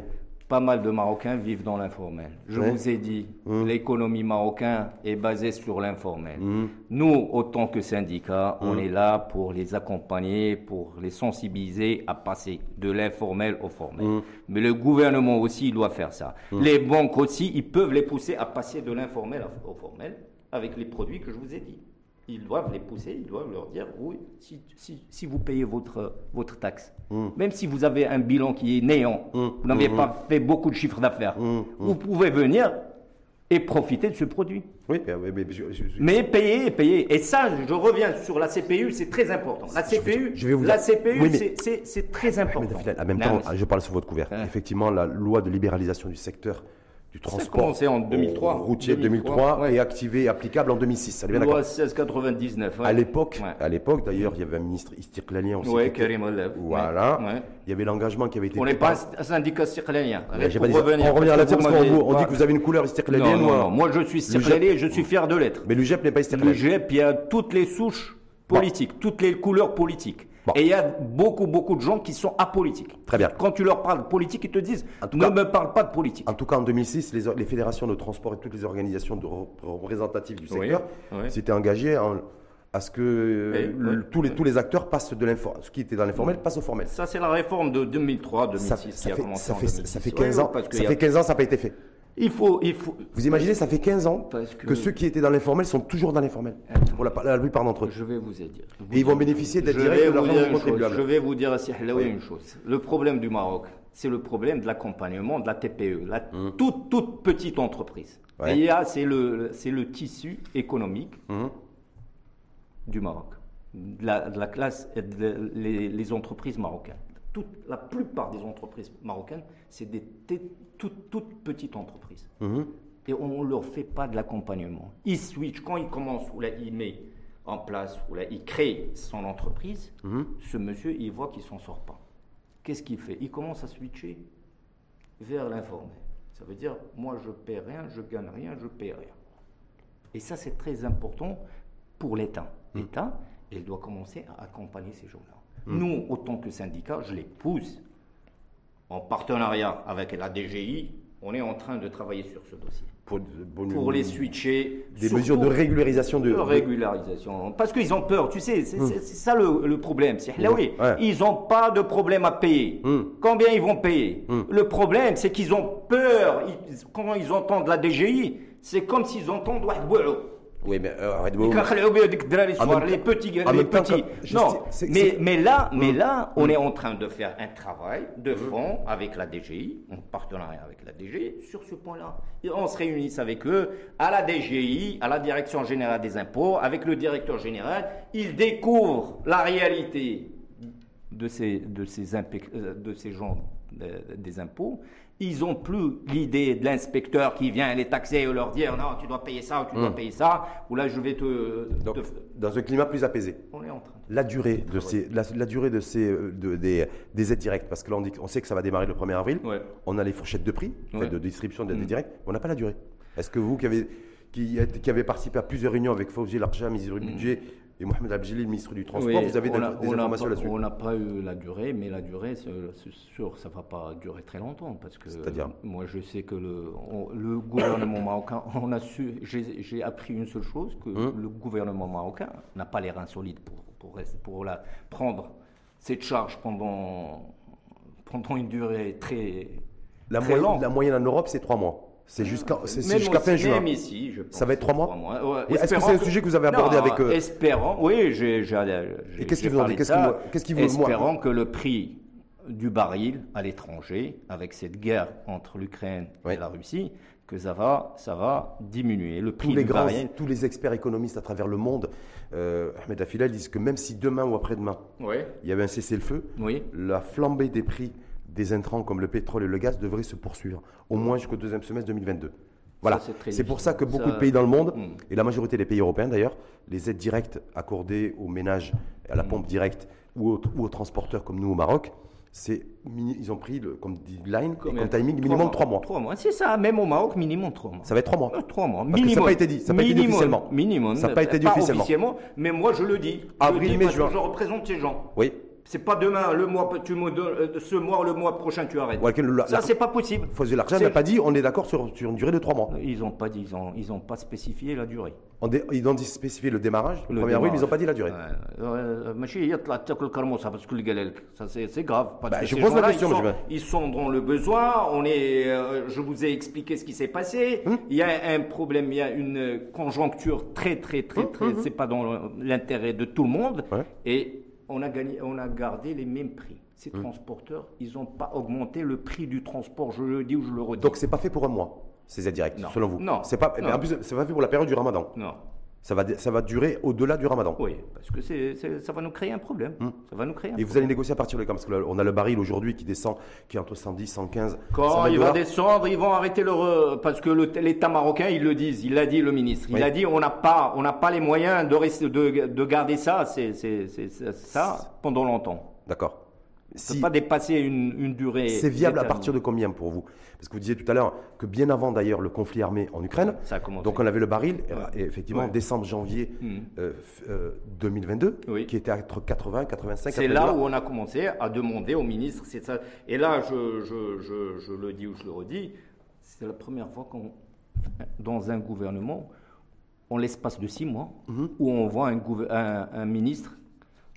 S1: pas mal de Marocains vivent dans l'informel. Je
S2: Ouais. Hum.
S1: vous ai dit, l'économie marocaine est basée sur l'informel.
S2: Mmh,
S1: Nous, autant que syndicats, on est là pour les accompagner, pour les sensibiliser à passer de l'informel au formel. Mais le gouvernement aussi, il doit faire ça. Les banques aussi, ils peuvent les pousser à passer de l'informel à- au formel avec les produits que je vous ai dit. Ils doivent les pousser, ils doivent leur dire, oui, si, si- si vous payez votre, votre taxe, même si vous avez un bilan qui est néant, vous n'avez pas fait beaucoup de chiffres d'affaires,
S2: mmh, Hum.
S1: vous pouvez venir et profiter de ce produit.
S2: Oui, mais- mais- mais je- je- je-
S1: Mais payer, payer. Et ça, je reviens sur la CPU, c'est très important. La CPU,
S2: je vais vous
S1: la
S2: dire-
S1: CPU,
S2: oui, mais- Ah,
S1: c'est- c'est- c'est très
S2: Mais
S1: important.
S2: David, en même
S1: Non,
S2: temps,
S1: mais c'est-
S2: je parle sous votre couvert.
S1: Ouais.
S2: Effectivement, la loi de libéralisation du secteur du transport
S1: commencé en 2003.
S2: routier 2003,
S1: 2003, ouais.
S2: est activée et applicable en 2006. Ça est bien
S1: loi
S2: d'accord
S1: 1699. ouais.
S2: À l'époque,
S1: Ouais.
S2: à l'époque d'ailleurs, il y avait un ministre istirklanien aussi.
S1: Ouais,
S2: qui-
S1: Karim Olaf.
S2: Voilà.
S1: Ouais.
S2: Il y avait l'engagement qui avait été
S1: On
S2: pris
S1: n'est pas un syndicat circlénien.
S2: Ouais, j'ai pas dit ça. on revient là-dessus parce qu'on on dit que vous avez une couleur istirklanien.
S1: Non, non, non. Moi, je suis circlélien et je suis fier de l'être.
S2: Mais l'UGEP n'est pas
S1: Le
S2: istirklanien.
S1: GEP, il y a toutes les souches politiques, toutes les couleurs politiques. Et il y a beaucoup, beaucoup de gens qui sont apolitiques.
S2: Très bien.
S1: Quand tu leur parles de politique, ils te disent
S2: En tout
S1: ne
S2: cas-
S1: me parle pas de politique.
S2: En tout cas, en 2006, les, or- les fédérations de transport et toutes les organisations de re- représentatives du
S1: Oui,
S2: secteur
S1: oui.
S2: s'étaient engagées en- à ce que euh,
S1: Et-
S2: le-
S1: oui.
S2: tous, les, tous les acteurs passent de l'informel, ce qui était dans l'informel passe au formel.
S1: Ça, c'est la réforme de 2003-2006
S2: Ça,
S1: qui
S2: ça
S1: a
S2: fait,
S1: commencé
S2: ça
S1: en
S2: fait,
S1: 2006.
S2: ça fait 15
S1: Ouais,
S2: ans,
S1: parce que
S2: ça
S1: y a-
S2: fait 15 ans, ça n'a pas été fait.
S1: Il faut, il faut.
S2: Vous imaginez, ça fait 15 ans
S1: Parce que-
S2: que ceux qui étaient dans l'informel sont toujours dans l'informel, pour la, la plupart d'entre eux.
S1: Je vais vous aider.
S2: Et ils vont bénéficier d'aide
S1: Je
S2: directe
S1: vais
S2: de
S1: vous
S2: l'argent
S1: dire
S2: du
S1: une chose.
S2: contribuable.
S1: Je vais vous dire, Sir Helaoui, une chose. Le problème du Maroc, c'est le problème de l'accompagnement de la TPE, la toute, toute petite entreprise.
S2: Mmh. Ouais. Mmh.
S1: Et il y a- c'est le, c'est le tissu économique du Maroc, de la, de la classe, et de- les, les entreprises marocaines. Toute, la plupart des entreprises marocaines, c'est des t- toutes, toutes petites entreprises.
S2: Mhm.
S1: Et on ne leur fait pas de l'accompagnement. Ils switchent quand ils commencent, ou là, ils mettent en place, ou là, il crée son entreprise,
S2: Mhm.
S1: ce monsieur, il voit qu'il s'en sort pas. Qu'est-ce qu'il fait Il commence à switcher vers l'informel. Ça veut dire, moi, je paie rien, je gagne rien, je paie rien. Et ça, c'est très important pour l'État. L'État, il doit commencer à accompagner ces gens-là. Nous, autant que syndicat, je les pousse en partenariat avec la DGI. On est en train de travailler sur ce dossier
S2: Pour, bon,
S1: pour les switcher.
S2: Hum. Des
S1: surtout
S2: mesures de régularisation de. Hum.
S1: de régularisation. Parce qu'ils ont peur, tu sais, c'est c'est- c'est ça le, le problème. C'est là, oui,
S2: Ouais.
S1: ils n'ont pas de problème à payer.
S2: Mm.
S1: Combien ils vont payer
S2: Mm.
S1: Le problème, c'est qu'ils ont peur. Ils- quand ils entendent la DGI, c'est comme s'ils entendent
S2: Hum.
S1: Wahd Bouhou.
S2: Oui, mais. euh, arrête,
S1: Ils
S2: bon,
S1: craquent les
S2: Ah,
S1: dik drari soir,
S2: même
S1: les
S2: temps-
S1: petits,
S2: en
S1: les
S2: même temps,
S1: petits.
S2: comme- je-
S1: Non,
S2: c'est- c'est-
S1: mais,
S2: c'est-
S1: mais là, mais là, on est en train de faire un travail de fond avec la DGI, en partenariat avec la DGI, sur ce point-là. Et on se réunit avec eux, à la DGI, à la Direction Générale des Impôts, avec le directeur général. Ils découvrent la réalité de ces, de ces, impec- euh, de ces gens euh, des impôts, ils n'ont plus l'idée de l'inspecteur qui vient les taxer et leur dire non, tu dois payer ça ou tu dois payer ça, ou là je vais te.
S2: donc,
S1: te-
S2: dans un climat plus apaisé.
S1: On est en train de.
S2: La durée de ces, la, la durée de ces, euh, de- des, des aides directes, parce que là on, dit, on sait que ça va démarrer le 1er avril,
S1: Ouais.
S2: on a les fourchettes de prix, enfin,
S1: Ouais.
S2: de distribution des aides
S1: Mm.
S2: directes, mais on n'a pas la durée. Est-ce que vous qui avez, qui, êtes- qui avez participé à plusieurs réunions avec Fauzi Larja, ministre du Budget, et Mohamed Abjili, le ministre du Transport,
S1: Mm. Oui,
S2: vous avez
S1: on
S2: des,
S1: a-
S2: des
S1: on a
S2: informations
S1: pas-
S2: là-dessus
S1: On n'a pas eu la durée, mais la durée, c'est c'est sûr, ça ne va pas durer très longtemps. Parce que
S2: C'est-à-dire
S1: Moi, je sais que le, on- le gouvernement marocain, on a su, j'ai j'ai appris une seule chose, que
S2: Hein
S1: le gouvernement marocain n'a pas les reins solides pour, pour, rester- pour la, prendre cette charge pendant, pendant une durée très,
S2: la,
S1: très
S2: moyenne,
S1: longue.
S2: la moyenne en Europe, c'est 3 mois. C'est jusqu'à Ah, c'est- c'est
S1: Même
S2: jusqu'à fin
S1: aussi-
S2: juin.
S1: Même ici, je pense.
S2: Ça va être trois mois
S1: Ouais,
S2: Oui, est-ce que
S1: espérant
S2: c'est un sujet que vous avez abordé
S1: Non,
S2: avec, euh,
S1: Espérant, oui, j'ai. j'ai- j'ai-
S2: qu'est-ce
S1: j'ai
S2: qui vous en
S1: parlé
S2: dit
S1: de
S2: Qu'est-ce
S1: ça.
S2: qui vous- qu'est-ce qui vous- moi-
S1: Espérant que le prix du baril à l'étranger, avec cette guerre entre l'Ukraine
S2: Ouais.
S1: et la Russie, que ça va, ça va diminuer. Le prix
S2: tous les
S1: du
S2: grands,
S1: baril.
S2: tous les experts économistes à travers le monde, euh, Ahmed Affila, disent que même si demain ou après-demain,
S1: Oui.
S2: il y avait un cessez-le-feu,
S1: Oui.
S2: la flambée des prix des intrants comme le pétrole et le gaz devrait se poursuivre, au moins jusqu'au deuxième semestre 2022. Voilà,
S1: Ça, c'est très
S2: c'est pour ça que
S1: difficile.
S2: beaucoup
S1: Ça-
S2: de pays dans le monde,
S1: Mm.
S2: et la majorité des pays européens d'ailleurs, les aides directes accordées aux ménages, à la pompe directe ou aux, ou aux transporteurs comme nous au Maroc, c'est mini- ils ont pris le- comme deadline, et comme timing minimum trois mois.
S1: Trois mois, c'est ça. Même au Maroc, minimum trois mois.
S2: Ça va être trois mois.
S1: Euh, Trois mois,
S2: que ça n'a
S1: minimum.
S2: pas été dit, ça n'a pas été dit
S1: Minimum,
S2: officiellement.
S1: Minimum.
S2: Ça n'a pas été dit officiellement.
S1: mais moi je le dis. Je
S2: Avril,
S1: le dis
S2: mai,
S1: parce que
S2: juin.
S1: Je représente ces gens.
S2: Oui,
S1: C'est pas demain, le mois, tu me donnes, euh, ce mois, le mois prochain, tu arrêtes.
S2: Ouais, que le- la-
S1: ça,
S2: la-
S1: c'est pas possible.
S2: Fosé Larjan
S1: C'est-
S2: n'a pas dit, on est d'accord sur, sur une durée de trois mois.
S1: Ils n'ont pas, dit- ils ont, ils ont pas spécifié la durée.
S2: On dé- ils ont dit spécifié le démarrage, le,
S1: Le
S2: 1er avril, mais ils n'ont
S1: démarrage.
S2: pas dit la durée.
S1: Ouais. Euh, monsieur, il y a de la tête que le carmo, ça, parce que le galère, ça, c'est c'est grave. parce
S2: Bah,
S1: que
S2: je
S1: ces
S2: pose la
S1: gens-là,
S2: question,
S1: ils sont,
S2: monsieur.
S1: ils sont dans le besoin. On est, euh, je vous ai expliqué ce qui s'est passé.
S2: Hein
S1: Il y a un problème, il y a une conjoncture très, très, très, très. C'est pas dans l'intérêt de tout le monde.
S2: Hein, Ouais.
S1: Et on a gagné, on a gardé les mêmes prix. Ces
S2: Hein.
S1: transporteurs, ils n'ont pas augmenté le prix du transport. Je le dis ou je le redis.
S2: Donc c'est pas fait pour un mois, ces aides directes,
S1: Non.
S2: selon vous
S1: Non.
S2: C'est pas, mais
S1: Non.
S2: en plus, c'est pas fait pour la période du ramadan.
S1: non.
S2: Ça va, dé- ça va durer au-delà du ramadan.
S1: Oui, parce que c'est, c'est- ça va nous créer un problème. Ça va nous créer un
S2: Hein. Et vous allez négocier à partir de quand Parce que là, on a le baril aujourd'hui qui descend, qui est entre 110, 115.
S1: Quand
S2: 120
S1: il va
S2: dollars.
S1: descendre, ils vont arrêter leur euh, parce que le- l'État marocain, ils le disent, il l'a dit le ministre, il
S2: Oui.
S1: a dit on n'a pas, on n'a pas les moyens de, rester- de, de garder ça, c'est c'est- c'est- c'est- ça pendant longtemps.
S2: D'accord.
S1: Ça ne
S2: Si,
S1: peut pas dépasser une, une durée.
S2: c'est viable à partir de combien pour vous Parce que vous disiez tout à l'heure que bien avant d'ailleurs le conflit armé en Ukraine,
S1: Ça a commencé. Hmm.
S2: donc on avait le baril, et-
S1: Ouais.
S2: et effectivement,
S1: Ouais.
S2: décembre, janvier euh, f- euh, 2022,
S1: Oui.
S2: qui était entre 80, 85,
S1: C'est
S2: 80
S1: là
S2: dollars.
S1: où on a commencé à demander au ministre, c'est ça. Et là, je, je, je, je le dis ou je le redis, c'est la première fois qu'on, dans un gouvernement, en l'espace de six mois, où on voit un, gouver- un, un ministre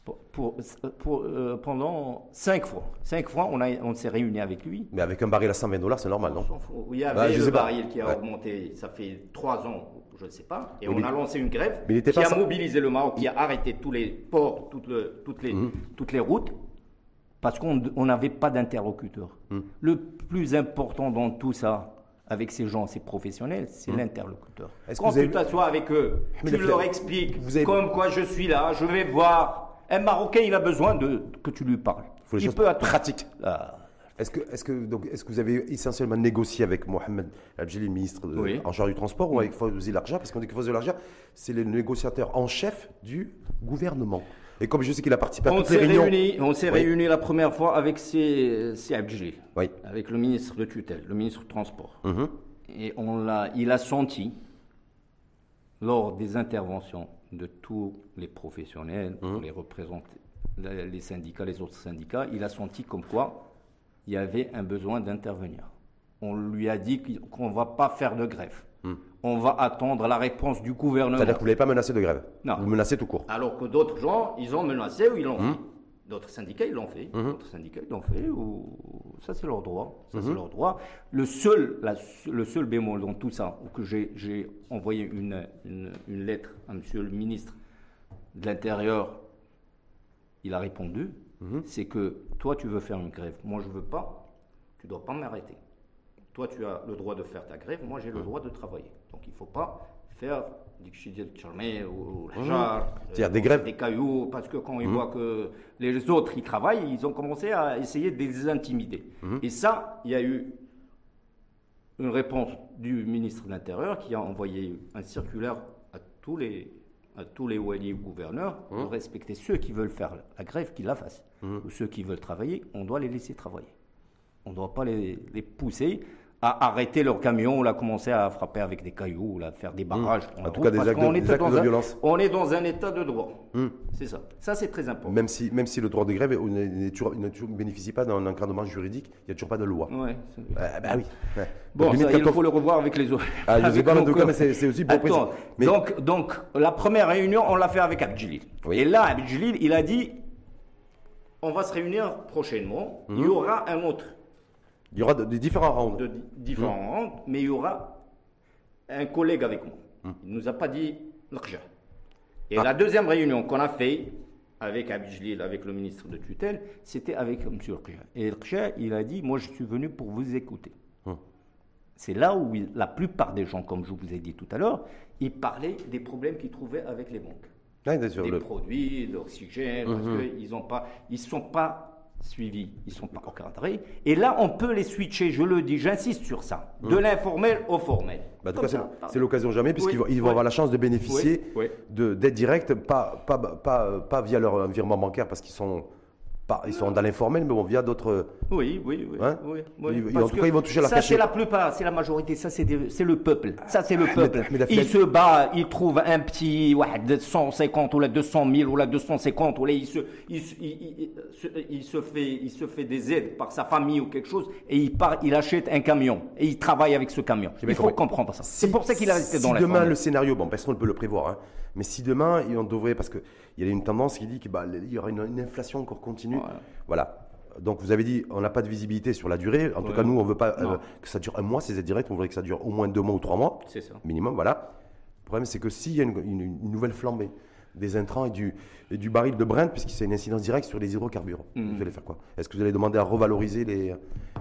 S1: pour, pour- pour, euh, pendant cinq fois. Cinq fois, on, a, on s'est réunis avec lui.
S2: Mais avec un baril à 120 dollars, c'est normal,
S1: On
S2: non
S1: s'en fout. Il y avait
S2: Bah, je
S1: le
S2: sais pas.
S1: baril qui a
S2: Ouais.
S1: augmenté, ça fait trois ans, je ne sais pas, et
S2: Mais
S1: on
S2: il-
S1: a lancé une grève
S2: Mais il était
S1: qui
S2: pas
S1: a
S2: ça-
S1: mobilisé le Maroc, qui a arrêté tous les ports, toutes, le- toutes les,
S2: Mmh.
S1: toutes les routes, parce qu'on on n'avait pas d'interlocuteur.
S2: Mmh.
S1: Le plus important dans tout ça, avec ces gens, ces professionnels, c'est l'interlocuteur.
S2: Mmh. Est-ce que
S1: Quand
S2: vous avez-
S1: tu t'assois avec eux,
S2: Mais
S1: tu
S2: le-
S1: leur expliques
S2: vous avez-
S1: comme quoi je suis là, je vais voir. Un Marocain, il a besoin de que tu lui parles.
S2: Faut les
S1: il
S2: choses
S1: peut être pratique. Ah,
S2: Est-ce que, est que, donc, est que vous avez essentiellement négocié avec Mohamed Abjeli, ministre de-
S1: Oui.
S2: en charge du transport, ou avec Fawzi Larja Parce qu'on dit que Fawzi Larja, c'est le négociateur en chef du gouvernement. Et comme je sais qu'il a participé à
S1: On
S2: toutes les
S1: s'est
S2: réunions.
S1: réunis, on s'est
S2: Oui.
S1: réunis la première fois avec ces Abjili,
S2: Oui.
S1: avec le ministre de tutelle, le ministre du Transport.
S2: Mhm.
S1: Et on l'a, il a senti, lors des interventions de tous les professionnels, les représentants, les les syndicats, les autres syndicats, il a senti comme quoi il y avait un besoin d'intervenir. On lui a dit qu'il- qu'on ne va pas faire de grève. On va attendre la réponse du gouvernement.
S2: C'est-à-dire que vous ne l'avez pas menacé de grève
S1: Non.
S2: Vous menacez tout court.
S1: Alors que d'autres gens, ils ont menacé ou ils l'ont fait. D'autres syndicats, ils l'ont fait. D'autres syndicats, ils l'ont fait. Ou... Ça, c'est leur droit. Ça, c'est leur droit. Le seul, la se- le seul bémol dans tout ça, ou que j'ai- j'ai envoyé une, une- une lettre à Monsieur le ministre de l'Intérieur, il a répondu, c'est que toi, tu veux faire une grève. Moi, je veux pas. Tu dois pas m'arrêter. Toi, tu as le droit de faire ta grève. Moi, j'ai le droit de travailler. Donc, il faut pas faire des chidil tchalmé ou le hajar,
S2: C'est-à-dire
S1: euh,
S2: des grèves. Mmh.
S1: des cailloux, parce que quand ils voient que les autres, ils travaillent, ils ont commencé à essayer de les intimider.
S2: Mmh.
S1: Et ça, il y a eu une réponse du ministre de l'Intérieur qui a envoyé un circulaire à tous les, à tous les wali ou gouverneurs
S2: Mmh.
S1: de respecter ceux qui veulent faire la grève, qu'ils la fassent. Ou ceux qui veulent travailler, on doit les laisser travailler. On ne doit pas les, les pousser à arrêter leur camion ou la commencer à frapper avec des cailloux ou à faire des barrages.
S2: Mmh. En tout cas, des actes de- des actes de violence.
S1: On est dans un état de droit.
S2: Hmm.
S1: C'est ça. Ça, c'est très important.
S2: Même si, même si le droit de grève euh, n'est- n'est toujours- il ne toujours- bénéficie pas d'un encadrement juridique, il n'y a toujours pas de loi.
S1: Ouais, c'est-
S2: Ah, bah oui. Ouais.
S1: Bon,
S2: Donc, limite,
S1: ça, il
S2: quand on-
S1: faut le revoir avec les autres.
S2: Ah, je sais
S1: Avec
S2: pas, en
S1: nos
S2: tout cas,
S1: co-
S2: mais c'est- c'est aussi pour
S1: Attends,
S2: préciser. Mais-
S1: donc, donc, la première réunion, on l'a fait avec Abdjilil.
S2: Oui.
S1: Et là, Abdjilil, il a dit on va se réunir prochainement.
S2: Hmm.
S1: Il y aura un autre
S2: Il y aura de- des différents rounds.
S1: de di- différents rangs, mais il y aura un collègue avec moi. Il nous a pas dit l'Arja. Et la deuxième réunion qu'on a fait avec Abijlil, avec le ministre de tutelle, c'était avec M. L'Arja. Et L'Arja, il a dit Moi, je suis venu pour vous écouter. C'est là où il- la plupart des gens, comme je vous ai dit tout à l'heure, ils parlaient des problèmes qu'ils trouvaient avec les banques
S2: Ouais, bien sûr,
S1: des
S2: le- Mhm.
S1: produits, de l'oxygène, parce qu'ils n'ont pas, ils sont pas suivis, ils sont pas encadrés. Et là, on peut les switcher, je le dis, j'insiste sur ça, de l'informel au formel.
S2: Mhm. Bah, en tout
S1: Comme
S2: cas, c'est-
S1: ça, pardon.
S2: c'est l'occasion jamais, puisqu'ils
S1: Oui,
S2: vont, ils vont
S1: oui.
S2: avoir la chance de bénéficier
S1: Oui, oui.
S2: de- d'aides directes, pas, pas, pas, pas via leur euh, virement bancaire, parce qu'ils sont, pas, ils
S1: Euh.
S2: sont dans l'informel, mais bon, via d'autres. euh,
S1: Oui, oui, oui.
S2: Hein
S1: oui,
S2: Ils-
S1: oui.
S2: ils-
S1: Parce
S2: en tout
S1: que
S2: cas, ils vont toucher la
S1: Ça,
S2: cachette.
S1: c'est la plupart, c'est la majorité, ça, c'est des- c'est le peuple. Ça, c'est le peuple.
S2: mais la
S1: il
S2: finalité-
S1: se bat, il trouve un petit ouah, de 150 ou là 200 000 ou là 250 ou là, il se, il, se- il- il- il se- il se fait, il se fait des aides par sa famille ou quelque chose et il part, il achète un camion et il travaille avec ce camion.
S2: bien
S1: Il faut
S2: compris.
S1: comprendre ça. c'est pour ça qu'il a resté
S2: si
S1: dans la
S2: demain
S1: forme.
S2: le scénario, bon, personne ne peut le prévoir, hein, mais si demain, et on devrait, parce qu'il y a une tendance qui dit qu'il y aura une, une inflation encore continue. Voilà.
S1: Voilà.
S2: Donc vous avez dit, on n'a pas de visibilité sur la durée. En tout cas, nous, on ne veut pas euh,
S1: Non.
S2: que ça dure un mois, ces aides directes. On voudrait que ça dure au moins deux mois ou trois mois.
S1: C'est ça.
S2: minimum, voilà. Le problème, c'est que s'il y a une, une- une nouvelle flambée des intrants et du, et du baril de Brent, puisque c'est une incidence directe sur les hydrocarbures,
S1: Mhm.
S2: vous allez faire quoi Est-ce que vous allez demander à revaloriser les,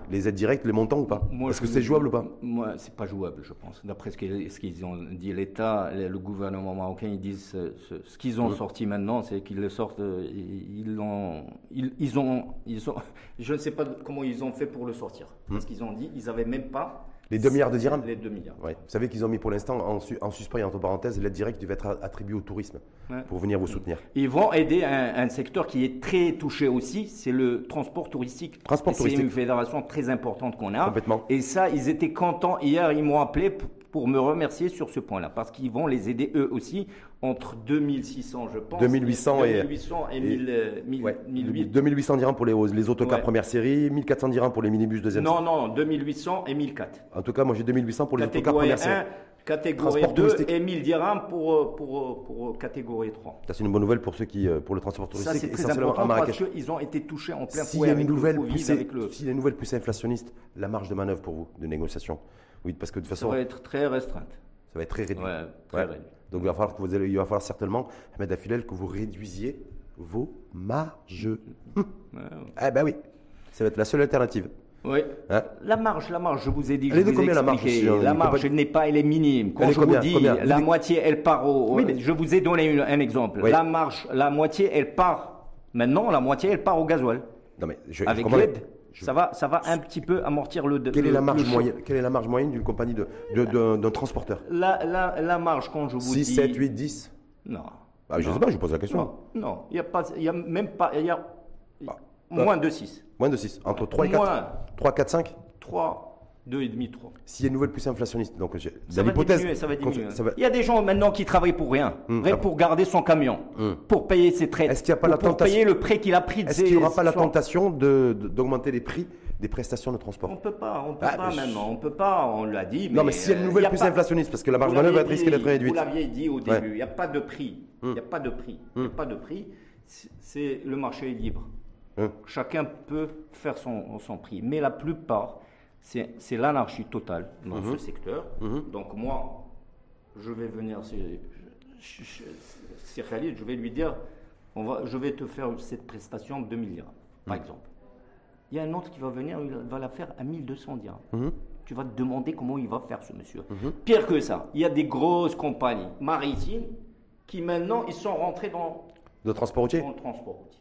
S2: les aides directes, les montants ou pas
S1: Moi,
S2: Est-ce
S1: je-
S2: que c'est jouable ou pas
S1: Moi, c'est pas jouable, je pense. D'après ce qu'ils ce qu'ils ont dit, l'État, le le gouvernement marocain, ils disent ce, ce- ce qu'ils ont sorti maintenant, c'est qu'ils le sortent. euh, Ils, ils l'ont- ils, ils ont, ils ont. Je ne sais pas comment ils ont fait pour le sortir. Parce qu'ils ont dit, ils avaient même pas
S2: Hmm. Les 2 milliards de dirhams
S1: les 2 milliards.
S2: Ouais. Vous savez qu'ils ont mis pour l'instant en, su- en suspens et entre parenthèses l'aide directe devait être attribuée au tourisme
S1: Ouais.
S2: pour venir vous soutenir.
S1: Ils vont aider un, un secteur qui est très touché aussi, c'est le transport touristique.
S2: Transport
S1: Et
S2: touristique.
S1: C'est une fédération très importante qu'on a.
S2: Complètement.
S1: Et ça, ils étaient contents. Hier, ils m'ont appelé p- pour me remercier sur ce point-là, parce qu'ils vont les aider eux aussi entre 2600, je pense.
S2: 2800 et-
S1: 2800 et,
S2: et-
S1: 1000, euh, 1000,
S2: Ouais.
S1: 1008.
S2: 2800 dirhams pour les, les autocars
S1: Ouais.
S2: première série, 1400 dirhams pour les minibus deuxième série.
S1: Non, non, 2800 et 1004.
S2: En tout cas, moi j'ai 2800 pour les autocars
S1: Catégorie
S2: première série.
S1: 1, catégorie
S2: Transport
S1: 2
S2: touristique.
S1: et 1000 dirhams pour, euh, pour, euh, pour, euh, catégorie 3.
S2: Ça, C'est une bonne nouvelle pour ceux qui, euh, pour le transport
S1: Ça,
S2: touristique,
S1: c'est très
S2: essentiellement à
S1: important
S2: Marrakech.
S1: parce qu'ils ont été touchés en plein
S2: S'il
S1: fouet
S2: y, a
S1: avec
S2: une
S1: le
S2: nouvelle
S1: Covid,
S2: poussée-
S1: avec le...
S2: s'il y a une nouvelle poussée inflationniste, la marge de manœuvre pour vous, de négociation Oui, parce que de toute
S1: Ça
S2: façon,
S1: va être très restreinte.
S2: ça va être très réduit.
S1: Ouais, très réduit.
S2: Donc il va falloir, que vous allez- il va falloir certainement, Ahmed Affilel, que vous réduisiez vos marges.
S1: Ouais, ouais.
S2: Ah ben oui, ça va être la seule alternative.
S1: Oui.
S2: Hein
S1: La marge, la marge, je vous ai dit.
S2: Elle est
S1: je
S2: de
S1: vous ai
S2: combien, la marge,
S1: expliqué.
S2: si on-
S1: La
S2: on
S1: marge,
S2: peut-
S1: elle n'est pas, elle est minime. Quand
S2: Elle est
S1: je
S2: combien,
S1: vous dis,
S2: combien
S1: la
S2: Vous-
S1: moitié, elle part au.
S2: Oui, mais-
S1: Je vous ai donné une- un exemple.
S2: Oui.
S1: La marge, la moitié, elle part. Maintenant, la moitié, elle part au gasoil.
S2: Non mais je, je
S1: Avec
S2: comprends-
S1: l'aide.
S2: je-
S1: ça, va, ça va un petit peu amortir le.
S2: Quelle est, la marge
S1: marge
S2: moyenne, quelle est la marge moyenne d'une compagnie de, de- de- d'un transporteur
S1: La, la, la marge, quand je vous
S2: 6,
S1: dis.
S2: 7, 8, 10
S1: Non.
S2: bah, Je ne
S1: Non.
S2: sais pas, je vous pose la question.
S1: Non, non, il n'y a, pas- il y a même pas. Il y a
S2: Ah.
S1: moins de 6.
S2: Moins de 6. Entre 3 et
S1: Moins.
S2: 4. 3, 4, 5
S1: 3, 2,5, 3.
S2: S'il y a une nouvelle poussée inflationniste, donc j'ai-
S1: Ça
S2: dans
S1: va
S2: l'hypothèse
S1: diminuer, ça va
S2: qu'on-
S1: diminuer.
S2: ça va-
S1: Il y a des gens maintenant qui travaillent pour rien,
S2: Hum,
S1: rien
S2: ah bon. Hum.
S1: pour garder son camion, pour payer ses traites,
S2: Est-ce qu'il n'y a pas
S1: pour,
S2: la
S1: pour
S2: tentation-
S1: payer le prêt qu'il a pris. de
S2: Est-ce
S1: ses-
S2: qu'il n'y aura pas la
S1: son-
S2: tentation de- de- d'augmenter les prix des prestations de transport
S1: On peut pas, on peut
S2: Ah,
S1: pas
S2: mais je-
S1: maintenant, on peut pas, on l'a dit.
S2: Non, mais s'il y a une
S1: euh,
S2: nouvelle
S1: y a
S2: poussée
S1: pas-
S2: inflationniste, parce que la marge
S1: Vous
S2: de manœuvre
S1: l'aviez
S2: elle
S1: dit,
S2: risque d'être réduite.
S1: Vous l'aviez dit au
S2: Ouais. Hmm.
S1: début, il n'y a pas de prix. Il n'y a pas de prix. Il n'y a pas de prix. C'est- C'est le marché est libre.
S2: Hum.
S1: Chacun peut faire son, son prix. Mais la plupart, c'est c'est l'anarchie totale dans
S2: Hmm.
S1: ce secteur. Donc moi, je vais venir, c'est- je- je- c'est Khalid, je vais lui dire, on va, je vais te faire cette prestation de 2000 dirhams,
S2: Hmm.
S1: par exemple. Il y a un autre qui va venir, il va la faire à 1200 dirhams. Tu vas te demander comment il va faire ce monsieur.
S2: Mhm.
S1: Pire que ça, il y a des grosses compagnies maritimes qui maintenant, ils sont rentrés dans,
S2: De transport routier
S1: dans le transport routier.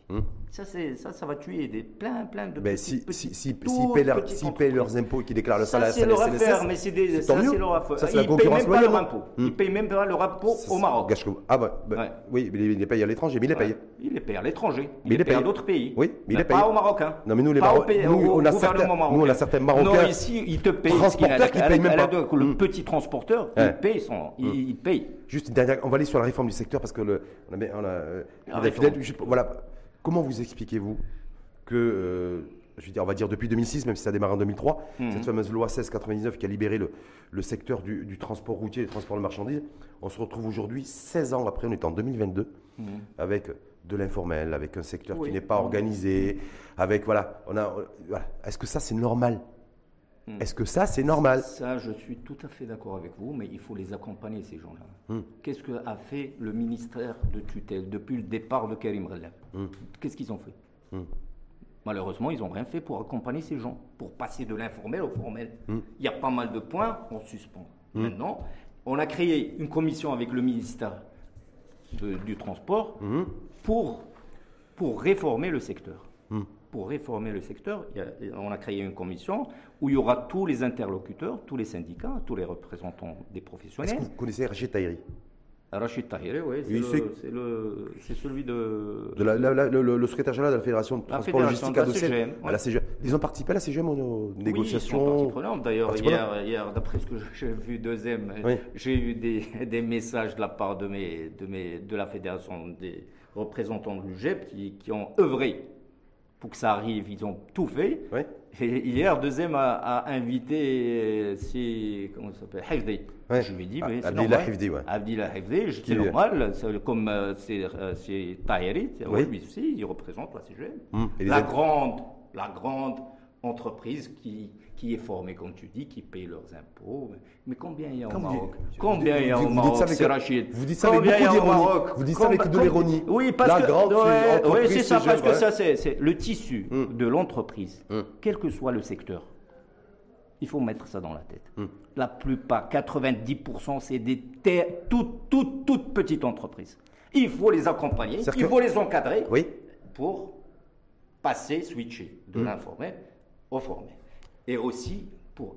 S1: Ça, c'est- ça, ça va tuer des, plein, plein de
S2: Ben,
S1: petites,
S2: Hum. si,
S1: petites,
S2: si, si,
S1: toutes
S2: s'ils paient leur-
S1: petites
S2: s'ils paient leurs
S1: entreprises.
S2: impôts et qu'ils déclarent le
S1: Ça,
S2: salaire
S1: c'est leur
S2: SNSS,
S1: affaire, mais c'est des,
S2: c'est tant
S1: ça,
S2: mieux.
S1: c'est leur affaire.
S2: Ça, c'est la
S1: ils payent
S2: concurrence
S1: même pas leur
S2: loyale, non
S1: impôt. Ils payent même pas leur impôt
S2: Ça,
S1: au
S2: ça
S1: Maroc.
S2: gâche que- Ah, bah, bah,
S1: Ouais.
S2: oui, mais ils les payent à l'étranger, mais ils les payent.
S1: Ils les payent à l'étranger.
S2: Mais il est
S1: payent à
S2: payé.
S1: d'autres pays.
S2: Oui, mais il est
S1: Pas
S2: payé.
S1: aux Marocains.
S2: Non, mais nous, les
S1: Pas
S2: Maro-
S1: aux pays-
S2: nous,
S1: au
S2: on a
S1: gouvernement
S2: certains-
S1: marocain.
S2: nous, on a certains Marocains
S1: Non, ici, ils te payent. ce qu'il a à la-
S2: transporteurs qui
S1: à la-
S2: payent même
S1: à la-
S2: pas.
S1: Le
S2: Mm.
S1: petit transporteur,
S2: Ouais. Hmm.
S1: il paye son. Il il paye.
S2: Juste une dernière, on va aller sur la réforme du secteur parce que le, on a, bien- on a, euh,
S1: La
S2: on a
S1: réforme.
S2: fidèle- je- voilà. Comment vous expliquez-vous que, euh, je veux dire, on va dire depuis 2006, même si ça démarre en 2003,
S1: Mhm.
S2: cette fameuse loi 1699 qui a libéré le, le secteur du, du transport routier et du transport de marchandises, on se retrouve aujourd'hui, 16 ans après, on est en 2022, avec de l'informel, avec un secteur
S1: Oui.
S2: qui n'est pas organisé, avec voilà, on a, on- voilà. Est-ce que ça c'est normal
S1: Mhm.
S2: Est-ce que ça c'est normal
S1: Ça, je suis tout à fait d'accord avec vous, mais il faut les accompagner, ces gens-là.
S2: Hmm.
S1: Qu'est-ce qu'a fait le ministère de tutelle depuis le départ de Karim Relem
S2: Hmm.
S1: Qu'est-ce qu'ils ont fait Malheureusement, ils n'ont rien fait pour accompagner ces gens, pour passer de l'informel au formel.
S2: Hmm.
S1: Il y a pas mal de points, on suspend. Maintenant, on a créé une commission avec le ministère de- du Transport
S2: Mhm.
S1: pour, pour réformer le secteur.
S2: Mhm.
S1: Pour réformer le secteur, il y a- on a créé une commission où il y aura tous les interlocuteurs, tous les syndicats, tous les représentants des
S2: Est-ce
S1: professionnels.
S2: que vous connaissez Rachid Tahiri
S1: Rachid Tahiri, oui, c'est
S2: Il
S1: le-
S2: sait-
S1: c'est le- c'est celui de,
S2: de la- la- la- le, le- le secrétaire général de la Fédération de
S1: La
S2: Transport
S1: Fédération
S2: Logistique
S1: de la
S2: adossée
S1: CGM,
S2: à la CGM. Ils ont participé à la CGM aux aux
S1: Oui, ils sont
S2: négociations
S1: partie prenante. D'ailleurs,
S2: Partie
S1: hier, hier, d'après ce que j'ai vu, deuxième,
S2: Oui.
S1: j'ai eu des, des messages de la part de, mes, de, mes, de la fédération des représentants de l'UGEP qui, qui ont œuvré pour que ça arrive. Ils ont tout fait.
S2: Oui.
S1: Et hier, deuxième a, a invité, euh, si, comment ça s'appelle, Hafdi.
S2: Ouais.
S1: Je lui ai dit,
S2: Ah,
S1: mais c'est
S2: Abdillah
S1: normal.
S2: Hafdi, ouais.
S1: Abdillah Hafdi, je-
S2: Qui-
S1: c'est normal, c'est comme euh, c'est euh, c'est Tahiri, c'est-
S2: Oui.
S1: lui aussi, il représente la CGM.
S2: Hum, et les
S1: La
S2: autres
S1: grande, la grande entreprise qui, qui est formée, comme tu dis, qui paye leurs impôts. Mais combien il y a au
S2: Comme
S1: Maroc
S2: dit-
S1: Combien il y a
S2: vous-
S1: au
S2: vous
S1: Maroc,
S2: dites ça avec-
S1: c'est Rachid
S2: vous dites ça avec
S1: Combien il y a
S2: beaucoup
S1: au
S2: d'ironie.
S1: Maroc
S2: Vous dites ça avec
S1: Combien-
S2: de l'ironie.
S1: Oui, parce
S2: La
S1: que
S2: grande
S1: ouais,
S2: entreprise,
S1: ouais, c'est ça,
S2: c'est Hmm.
S1: parce
S2: jeune,
S1: que ça, c'est c'est le tissu de l'entreprise,
S2: Hum.
S1: quel que soit le secteur. Il faut mettre ça dans la tête.
S2: Hmm.
S1: La plupart, 90%, c'est des terres, toutes, toutes, toutes petites entreprises. Il faut les accompagner,
S2: C'est-à-dire
S1: il
S2: que-
S1: faut les encadrer
S2: Oui.
S1: pour passer, switcher de
S2: Mm.
S1: l'informel au formel. Et aussi pour,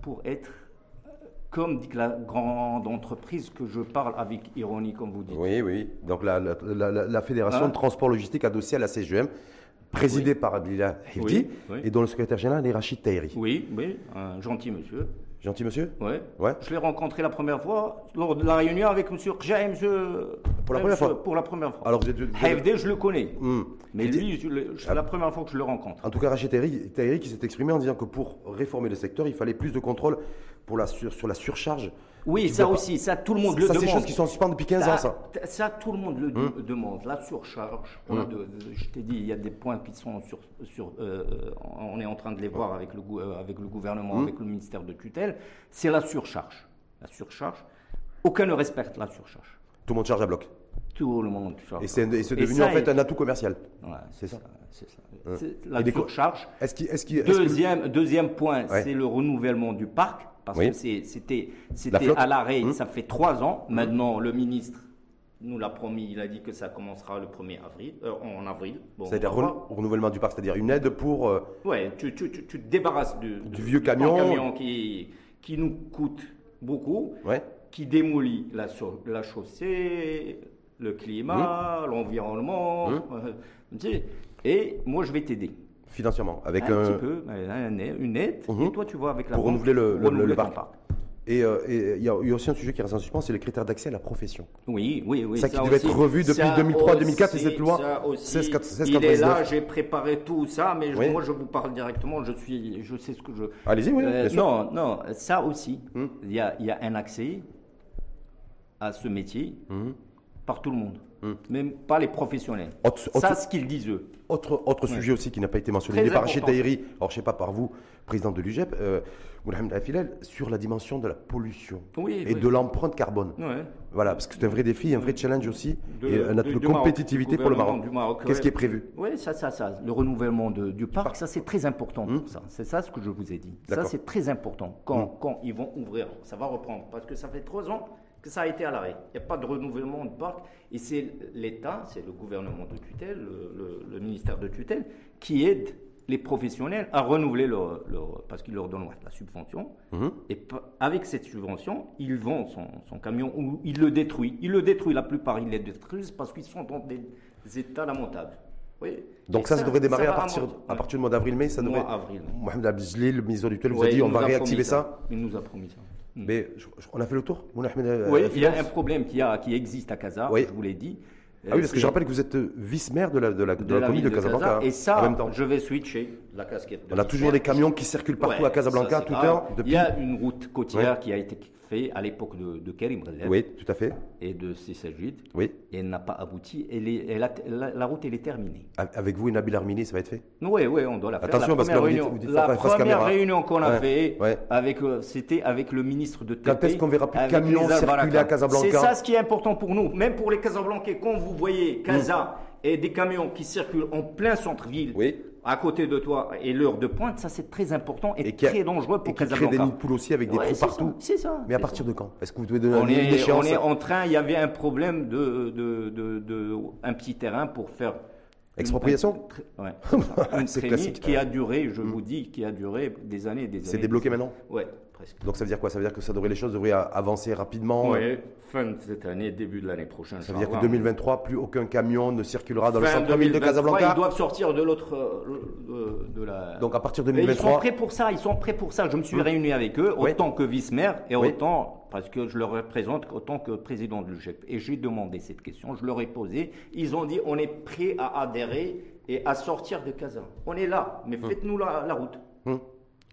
S1: pour être, euh, comme dit la grande entreprise que je parle avec ironie, comme vous dites.
S2: Oui, oui. Donc la, la- la- la- la Fédération
S1: Hein
S2: de Transport Logistique adossée à la CGM, présidée par Abdillah Hifdi
S1: Oui, oui.
S2: et dont le secrétaire général est Rachid Tahiri.
S1: Oui, oui, un gentil monsieur.
S2: Gentil monsieur
S1: Ouais.
S2: Ouais.
S1: Je l'ai rencontré la première fois lors de la réunion avec Monsieur Kja et Monsieur.
S2: Pour la première fois
S1: Pour la première fois.
S2: Alors, vous êtes- vous êtes-
S1: HFD, je le connais.
S2: Hmm.
S1: Mais lui, je le- c'est la première fois que je le rencontre.
S2: En tout cas, Rachid Tahiri, Tahiri qui s'est exprimé en disant que pour réformer le secteur, il fallait plus de contrôle pour la sur, sur la surcharge.
S1: Oui,
S2: Tu
S1: ça
S2: dois pas-
S1: aussi, ça tout le monde le
S2: Ça, c'est
S1: demande.
S2: des choses qui sont en suspens depuis 15 ans, ça. Hein
S1: Ça, ça, tout le monde le de- demande. La surcharge. on a de- de- je t'ai dit, il y a des points qui sont sur. sur euh, on est en train de les voir avec le, gou- euh, avec le gouvernement,
S2: Hein
S1: avec le ministère de tutelle. C'est la surcharge. La surcharge. Aucun ne respecte la surcharge.
S2: Tout le monde charge à bloc.
S1: Tout le monde charge.
S2: Et c'est et c'est
S1: Et
S2: devenu
S1: ça,
S2: en fait
S1: et-
S2: un atout commercial.
S1: Ouais, c'est ça. c'est ça. C'est
S2: Et
S1: La
S2: des co-
S1: surcharge.
S2: Est-ce qu'il. Est qu'il- est-ce que-
S1: Deuxième, deuxième point,
S2: Ouais.
S1: c'est le renouvellement du parc, parce
S2: Oui.
S1: que c'est- c'était
S2: La
S1: c'était
S2: flotte. Hum.
S1: à l'arrêt, ça fait trois ans. Maintenant, le ministre nous l'a promis, il a dit que ça commencera le 1er avril, euh, en avril. Bon,
S2: C'est-à-dire
S1: on va
S2: renou- renouvellement du parc, c'est-à-dire une aide pour. euh,
S1: voir. Ouais, tu, tu- tu- tu te débarrasses du,
S2: Du vieux camion.
S1: camion qui, qui nous coûte beaucoup,
S2: ouais.
S1: qui démolit la, so- la chaussée, le climat,
S2: Hum.
S1: l'environnement.
S2: Mmh.
S1: euh, tu sais. et moi, je vais t'aider.
S2: Financièrement, avec euh,
S1: un
S2: un-
S1: petit peu, un- une aide,
S2: Mhm.
S1: et toi tu vois avec la
S2: Pour
S1: banque,
S2: renouveler le- le-
S1: renouveler
S2: le
S1: ton
S2: parc. Et euh, et il y a eu aussi un sujet qui reste en suspens, c'est le critère d'accès à la profession.
S1: Oui, oui, oui.
S2: Ça qui devait être revu depuis 2003, 2004,
S1: et
S2: c'est cette loi
S1: Ça aussi,
S2: 16, 16,
S1: il est
S2: 99.
S1: là, j'ai préparé tout ça, mais je-
S2: Oui.
S1: moi je vous parle directement, je, suis, je sais ce que je...
S2: Allez-y, oui,
S1: Euh,
S2: bien sûr.
S1: non, non, ça aussi, il
S2: Hmm.
S1: y, a, il y a un accès à ce métier
S2: Mhm.
S1: par tout le monde,
S2: Hmm.
S1: même pas les professionnels.
S2: Autre- autre-
S1: ça, ce qu'ils disent eux.
S2: Autre, autre sujet aussi qui n'a pas été mentionné
S1: Très
S2: ni par Rachid
S1: important.
S2: Tahiri, alors je sais pas par vous, président de l'UGEP, euh, Moulhamd Afilal, sur la dimension de la pollution
S1: Oui,
S2: et
S1: Eh oui.
S2: de l'empreinte carbone.
S1: Ouais.
S2: Voilà, parce que c'est un vrai défi, un vrai challenge aussi,
S1: De-
S2: et un
S1: de-
S2: atout de,
S1: du Maroc,
S2: compétitivité pour le
S1: gouvernement
S2: Maroc.
S1: du Maroc,
S2: Qu'est-ce
S1: ouais.
S2: qui est prévu
S1: Oui, ça, ça, ça. Le renouvellement de- du parc, ça, c'est très important. pour ça. C'est ça ce que je vous ai dit. Ça,
S2: D'accord.
S1: c'est très important. Quand, quand ils vont ouvrir, ça va reprendre. Parce que ça fait trois ans que ça a été à l'arrêt. Il n'y a pas de renouvellement du parc. Et c'est l'État, c'est le gouvernement de tutelle, le, le- le ministère de tutelle, qui aide les professionnels à renouveler leur. leur- parce qu'ils leur donnent la subvention.
S2: Mhm.
S1: Et pa- avec cette subvention, ils vendent son, son camion ou ils le détruisent. Ils le détruisent, la plupart, ils les détruisent parce qu'ils sont dans des états lamentables. Oui.
S2: Donc
S1: Et
S2: ça, ça, devrait démarrer
S1: ça
S2: à,
S1: va
S2: partir,
S1: ralentir.
S2: à partir du mois d'avril-mai, ça
S1: Mois
S2: devrait...
S1: avril.
S2: Mohamed Abdeljalil, le ministre de l'Utel, vous
S1: Ouais,
S2: a dit
S1: il
S2: on
S1: nous
S2: va
S1: a
S2: réactiver
S1: promis
S2: ça.
S1: Il nous a promis ça. Mm.
S2: Mais je- je- on a fait le tour Moulhamd Abdeljalil,
S1: oui,
S2: euh,
S1: il y a un
S2: Afilal
S1: problème qui, a, qui existe à Casa,
S2: Oui.
S1: je vous l'ai dit.
S2: Ah oui, parce que je
S1: C'est-
S2: rappelle que vous êtes euh, vice-maire de la, de la, de
S1: de
S2: la
S1: la
S2: commune
S1: ville
S2: de
S1: de
S2: Casablanca.
S1: Casa.
S2: hein,
S1: Et
S2: en
S1: ça,
S2: même temps.
S1: je vais switcher la casquette. de
S2: On a toujours des
S1: ministère.
S2: camions qui circulent partout
S1: Ouais,
S2: à Casablanca
S1: ça, c'est
S2: tout le
S1: grave.
S2: temps.
S1: Il
S2: Depuis...
S1: y a une route côtière qui a été faite à l'époque de, de Karim Relais
S2: Oui, tout à fait.
S1: et de Sissajid.
S2: Oui.
S1: et elle n'a pas abouti. Elle est- elle a- la, la route, elle est terminée.
S2: A- Avec vous et Nabil Armini, ça va être fait
S1: Oui, oui, on doit la faire.
S2: Attention,
S1: la
S2: parce
S1: première
S2: que là, vous dites-
S1: réunion,
S2: vous dites
S1: la
S2: face- face
S1: première
S2: caméra.
S1: réunion qu'on a
S2: Ouais,
S1: fait,
S2: ouais.
S1: avec, euh, c'était avec le ministre de TP.
S2: Quand est-ce qu'on verra plus de
S1: avec
S2: camions
S1: Lisa
S2: circuler
S1: Baraka.
S2: à Casablanca
S1: C'est ça ce qui est important pour nous, même pour les Casablancais. Quand vous voyez Casa et des camions qui circulent en plein centre-ville,
S2: Hmm. Oui.
S1: à côté de toi, et l'heure de pointe, ça c'est très important et,
S2: Et qui a-
S1: très dangereux pour
S2: Et qui crée
S1: Casablanca.
S2: des nids de poules aussi avec des
S1: Ouais,
S2: trous
S1: c'est ça,
S2: partout.
S1: C'est ça.
S2: Mais à
S1: c'est ça.
S2: partir de quand Est-ce que vous devez donner
S1: On
S2: une
S1: est,
S2: échéance
S1: on est en train, il y avait un problème de, de, de- de- un petit terrain pour faire. une-
S2: Expropriation
S1: un- ouais, c'est ça, Une
S2: C'est
S1: trémie
S2: classique. Mm.
S1: qui a duré, je vous dis, qui a duré des années et des années.
S2: C'est débloqué maintenant
S1: Ouais, presque.
S2: Donc ça veut dire quoi Ça veut dire que ça devrait, les choses devraient a- avancer rapidement euh,
S1: Ouais, fin de cette année, début de l'année prochaine.
S2: Ça veut dire que 2023, plus aucun camion ne circulera dans le centre-ville de
S1: Ils
S2: Casablanca
S1: doivent sortir de l'autre. euh, de- de la...
S2: Donc à partir de
S1: Et Ils sont
S2: 2023,
S1: prêts pour ça, ils sont prêts pour ça. Je me suis réuni avec eux,
S2: Hum. Oui.
S1: autant que vice-maire et
S2: Oui.
S1: autant, parce que je leur représente, autant que président de l'UGEP. Et j'ai demandé cette question, je leur ai posé. Ils ont dit on est prêt à adhérer et à sortir de Casa. On est là, mais faites-nous la, la route.
S2: hum,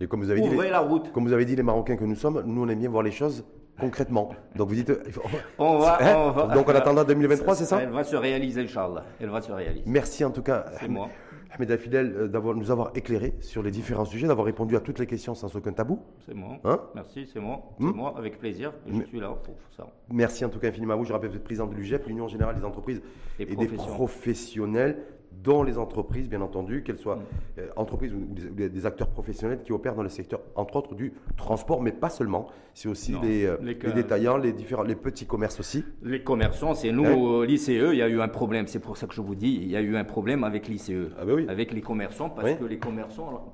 S2: et comme vous avez dit... les-
S1: Ouvrez la route.
S2: Comme vous avez dit, les Marocains que nous sommes, nous on aime bien voir les choses concrètement. Donc vous dites, il faut-
S1: On va-
S2: Hein
S1: on va-
S2: donc on attendra 2023, c'est ça
S1: Elle va se réaliser, Inch'Allah. Elle va se réaliser.
S2: Merci en tout cas,
S1: C'est moi.
S2: Ahmed Afidel, euh, d'avoir nous avoir éclairé sur les différents sujets, d'avoir répondu à toutes les questions sans aucun tabou.
S1: C'est moi.
S2: Hein Hum
S1: Merci, c'est moi. C'est moi, avec plaisir. Je suis là pour ça.
S2: Merci en tout cas infiniment à vous. Je rappelle, vous êtes président de l'UGEP, l'Union Générale des Entreprises
S1: Et
S2: et des
S1: professions.
S2: Professionnels, dont les entreprises, bien entendu, qu'elles soient
S1: Mm.
S2: euh, entreprises ou, ou des- ou des, des acteurs professionnels qui opèrent dans le secteur, entre autres, du transport, mais pas seulement. C'est aussi
S1: Non,
S2: les, euh,
S1: les
S2: les
S1: cas-
S2: détaillants, les, différents, les petits commerces aussi.
S1: Les commerçants, c'est nous,
S2: Ouais.
S1: euh, l'ICE, il y a eu un problème, c'est pour ça que je vous dis, il y a eu un problème avec l'ICE,
S2: Ah ben oui.
S1: avec les commerçants, parce
S2: Oui.
S1: que les commerçants, alors,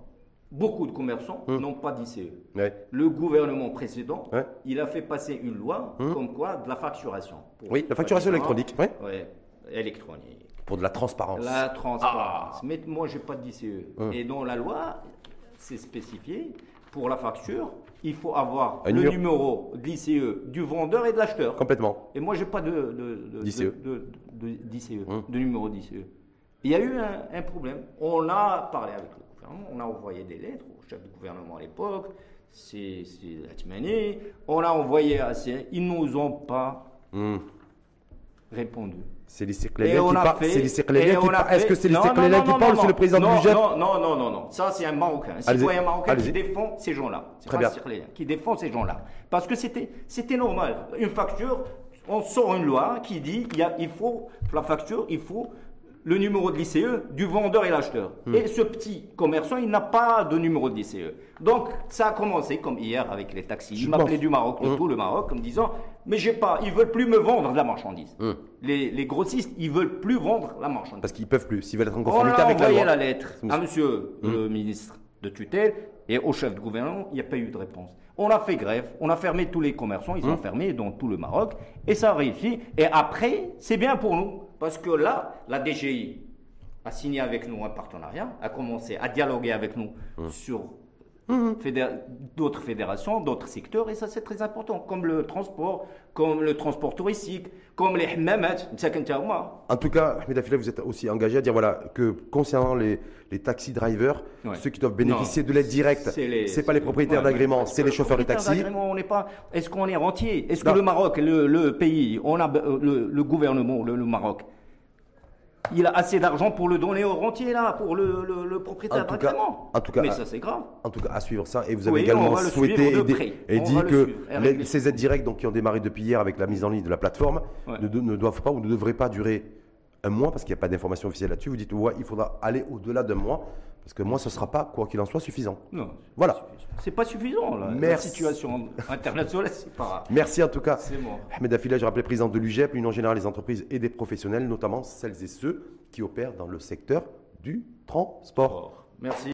S1: beaucoup de commerçants n'ont pas d'ICE.
S2: Ouais.
S1: Le gouvernement précédent,
S2: Hum. Ouais. Hum.
S1: il a fait passer une loi comme quoi de la facturation. Pour-
S2: Oui, la facturation électronique, ouais.
S1: Ouais, électronique.
S2: Pour de la transparence.
S1: La transparence.
S2: Ah.
S1: Mais moi, j'ai pas de DCE.
S2: Hum.
S1: Et dans la loi, c'est spécifié, pour la facture, il faut avoir
S2: Un
S1: le
S2: numéro-
S1: numéro d'ICE du vendeur et de l'acheteur.
S2: Complètement.
S1: Et moi, j'ai pas de, de, de,
S2: D'ICE.
S1: de, de- de- d'ICE, de numéro d'ICE. Il y a eu un, un problème. On a parlé avec le gouvernement, on a envoyé des lettres au chef du gouvernement à l'époque, c'est c'est Atmani, on a envoyé à ces- Ils nous ont pas
S2: Hmm.
S1: répondu.
S2: C'est les circléliens
S1: Et
S2: qui
S1: on a
S2: parlent.
S1: fait-
S2: C'est les circléliens
S1: et
S2: qui
S1: on a
S2: parlent. Est-ce
S1: fait-
S2: que c'est les
S1: Non, non,
S2: circléliens
S1: non,
S2: qui
S1: non,
S2: parlent
S1: non,
S2: C'est le président
S1: non,
S2: du GEP
S1: Non, non, non, non, non. Ça, c'est un Marocain. Un
S2: Allez-y.
S1: citoyen marocain
S2: Allez-y.
S1: qui défend ces gens-là. C'est
S2: Très
S1: pas
S2: bien.
S1: un citoyen qui défend ces gens-là. Parce que c'était c'était normal. Une facture, on sort une loi qui dit il, y a- il faut, pour la facture, il faut le numéro de l'ICE du vendeur et l'acheteur.
S2: Hmm.
S1: Et ce petit commerçant, il n'a pas de numéro de l'ICE. Donc, ça a commencé comme hier avec les taxis.
S2: Je
S1: Ils m'appelaient
S2: pense.
S1: du Maroc, de
S2: Mmh.
S1: tout le Maroc, en me disant Mais j'ai pas, ils veulent plus me vendre de la marchandise.
S2: Mmh.
S1: Les, les grossistes, ils veulent plus vendre la marchandise.
S2: Parce qu'ils peuvent plus, s'ils veulent être en
S1: On
S2: conformité
S1: a
S2: avec la
S1: envoyé la
S2: loi.
S1: lettre à monsieur
S2: Mmh.
S1: le ministre de tutelle et au chef de gouvernement, il n'y a pas eu de réponse. On a fait grève, on a fermé tous les commerçants,
S2: Hmm.
S1: ils ont fermé dans tout le Maroc, et ça a réussi. Et après, c'est bien pour nous, parce que là, la DGI a signé avec nous un partenariat, a commencé à dialoguer avec nous
S2: Hmm.
S1: sur fédé- d'autres fédérations, d'autres secteurs, et ça c'est très important, comme le transport, comme le transport touristique, comme les hammamats,
S2: En tout cas, Ahmed Affila, vous êtes aussi engagé à dire voilà, que concernant les, les taxi drivers,
S1: Ouais.
S2: ceux qui doivent bénéficier
S1: Non,
S2: de l'aide directe,
S1: c'est les-
S2: c'est pas les propriétaires
S1: Ouais, ouais,
S2: d'agréments,
S1: parce
S2: c'est
S1: que
S2: les chauffeurs de
S1: propriétaires
S2: taxi.
S1: d'agrément, on n'est pas. Est-ce qu'on est rentier Est-ce que
S2: Non.
S1: le Maroc, le, le pays, on a euh, le, le gouvernement, le, le Maroc, il a assez d'argent pour le donner aux rentiers là, pour le, le- le propriétaire
S2: En tout cas-
S1: d'agrément.
S2: en tout cas,
S1: Mais
S2: euh,
S1: ça c'est grave.
S2: En tout cas, à suivre ça. Et vous avez
S1: Oui,
S2: également
S1: on va le
S2: souhaité
S1: suivre de
S2: aider-
S1: près.
S2: et
S1: On
S2: dit
S1: va le
S2: que
S1: suivre. Avec
S2: les-
S1: les-
S2: ces aides directes donc, qui ont démarré depuis hier avec la mise en ligne de la plateforme
S1: Ouais.
S2: ne, do- ne doivent pas ou ne devraient pas durer un mois parce qu'il n'y a pas d'information officielle là-dessus. Vous dites, ouais, il faudra aller au-delà d'un mois parce que moi, ce ne sera pas, quoi qu'il en soit, suffisant.
S1: Non.
S2: Voilà.
S1: C'est pas suffisant là.
S2: Merci.
S1: La situation internationale, c'est pas.
S2: Merci en tout cas.
S1: C'est mort.
S2: Ahmed Affila, je rappelais président de l'UGEP, l'Union Générale des Entreprises et des Professionnels, notamment celles et ceux qui opèrent dans le secteur du transport.
S1: Merci.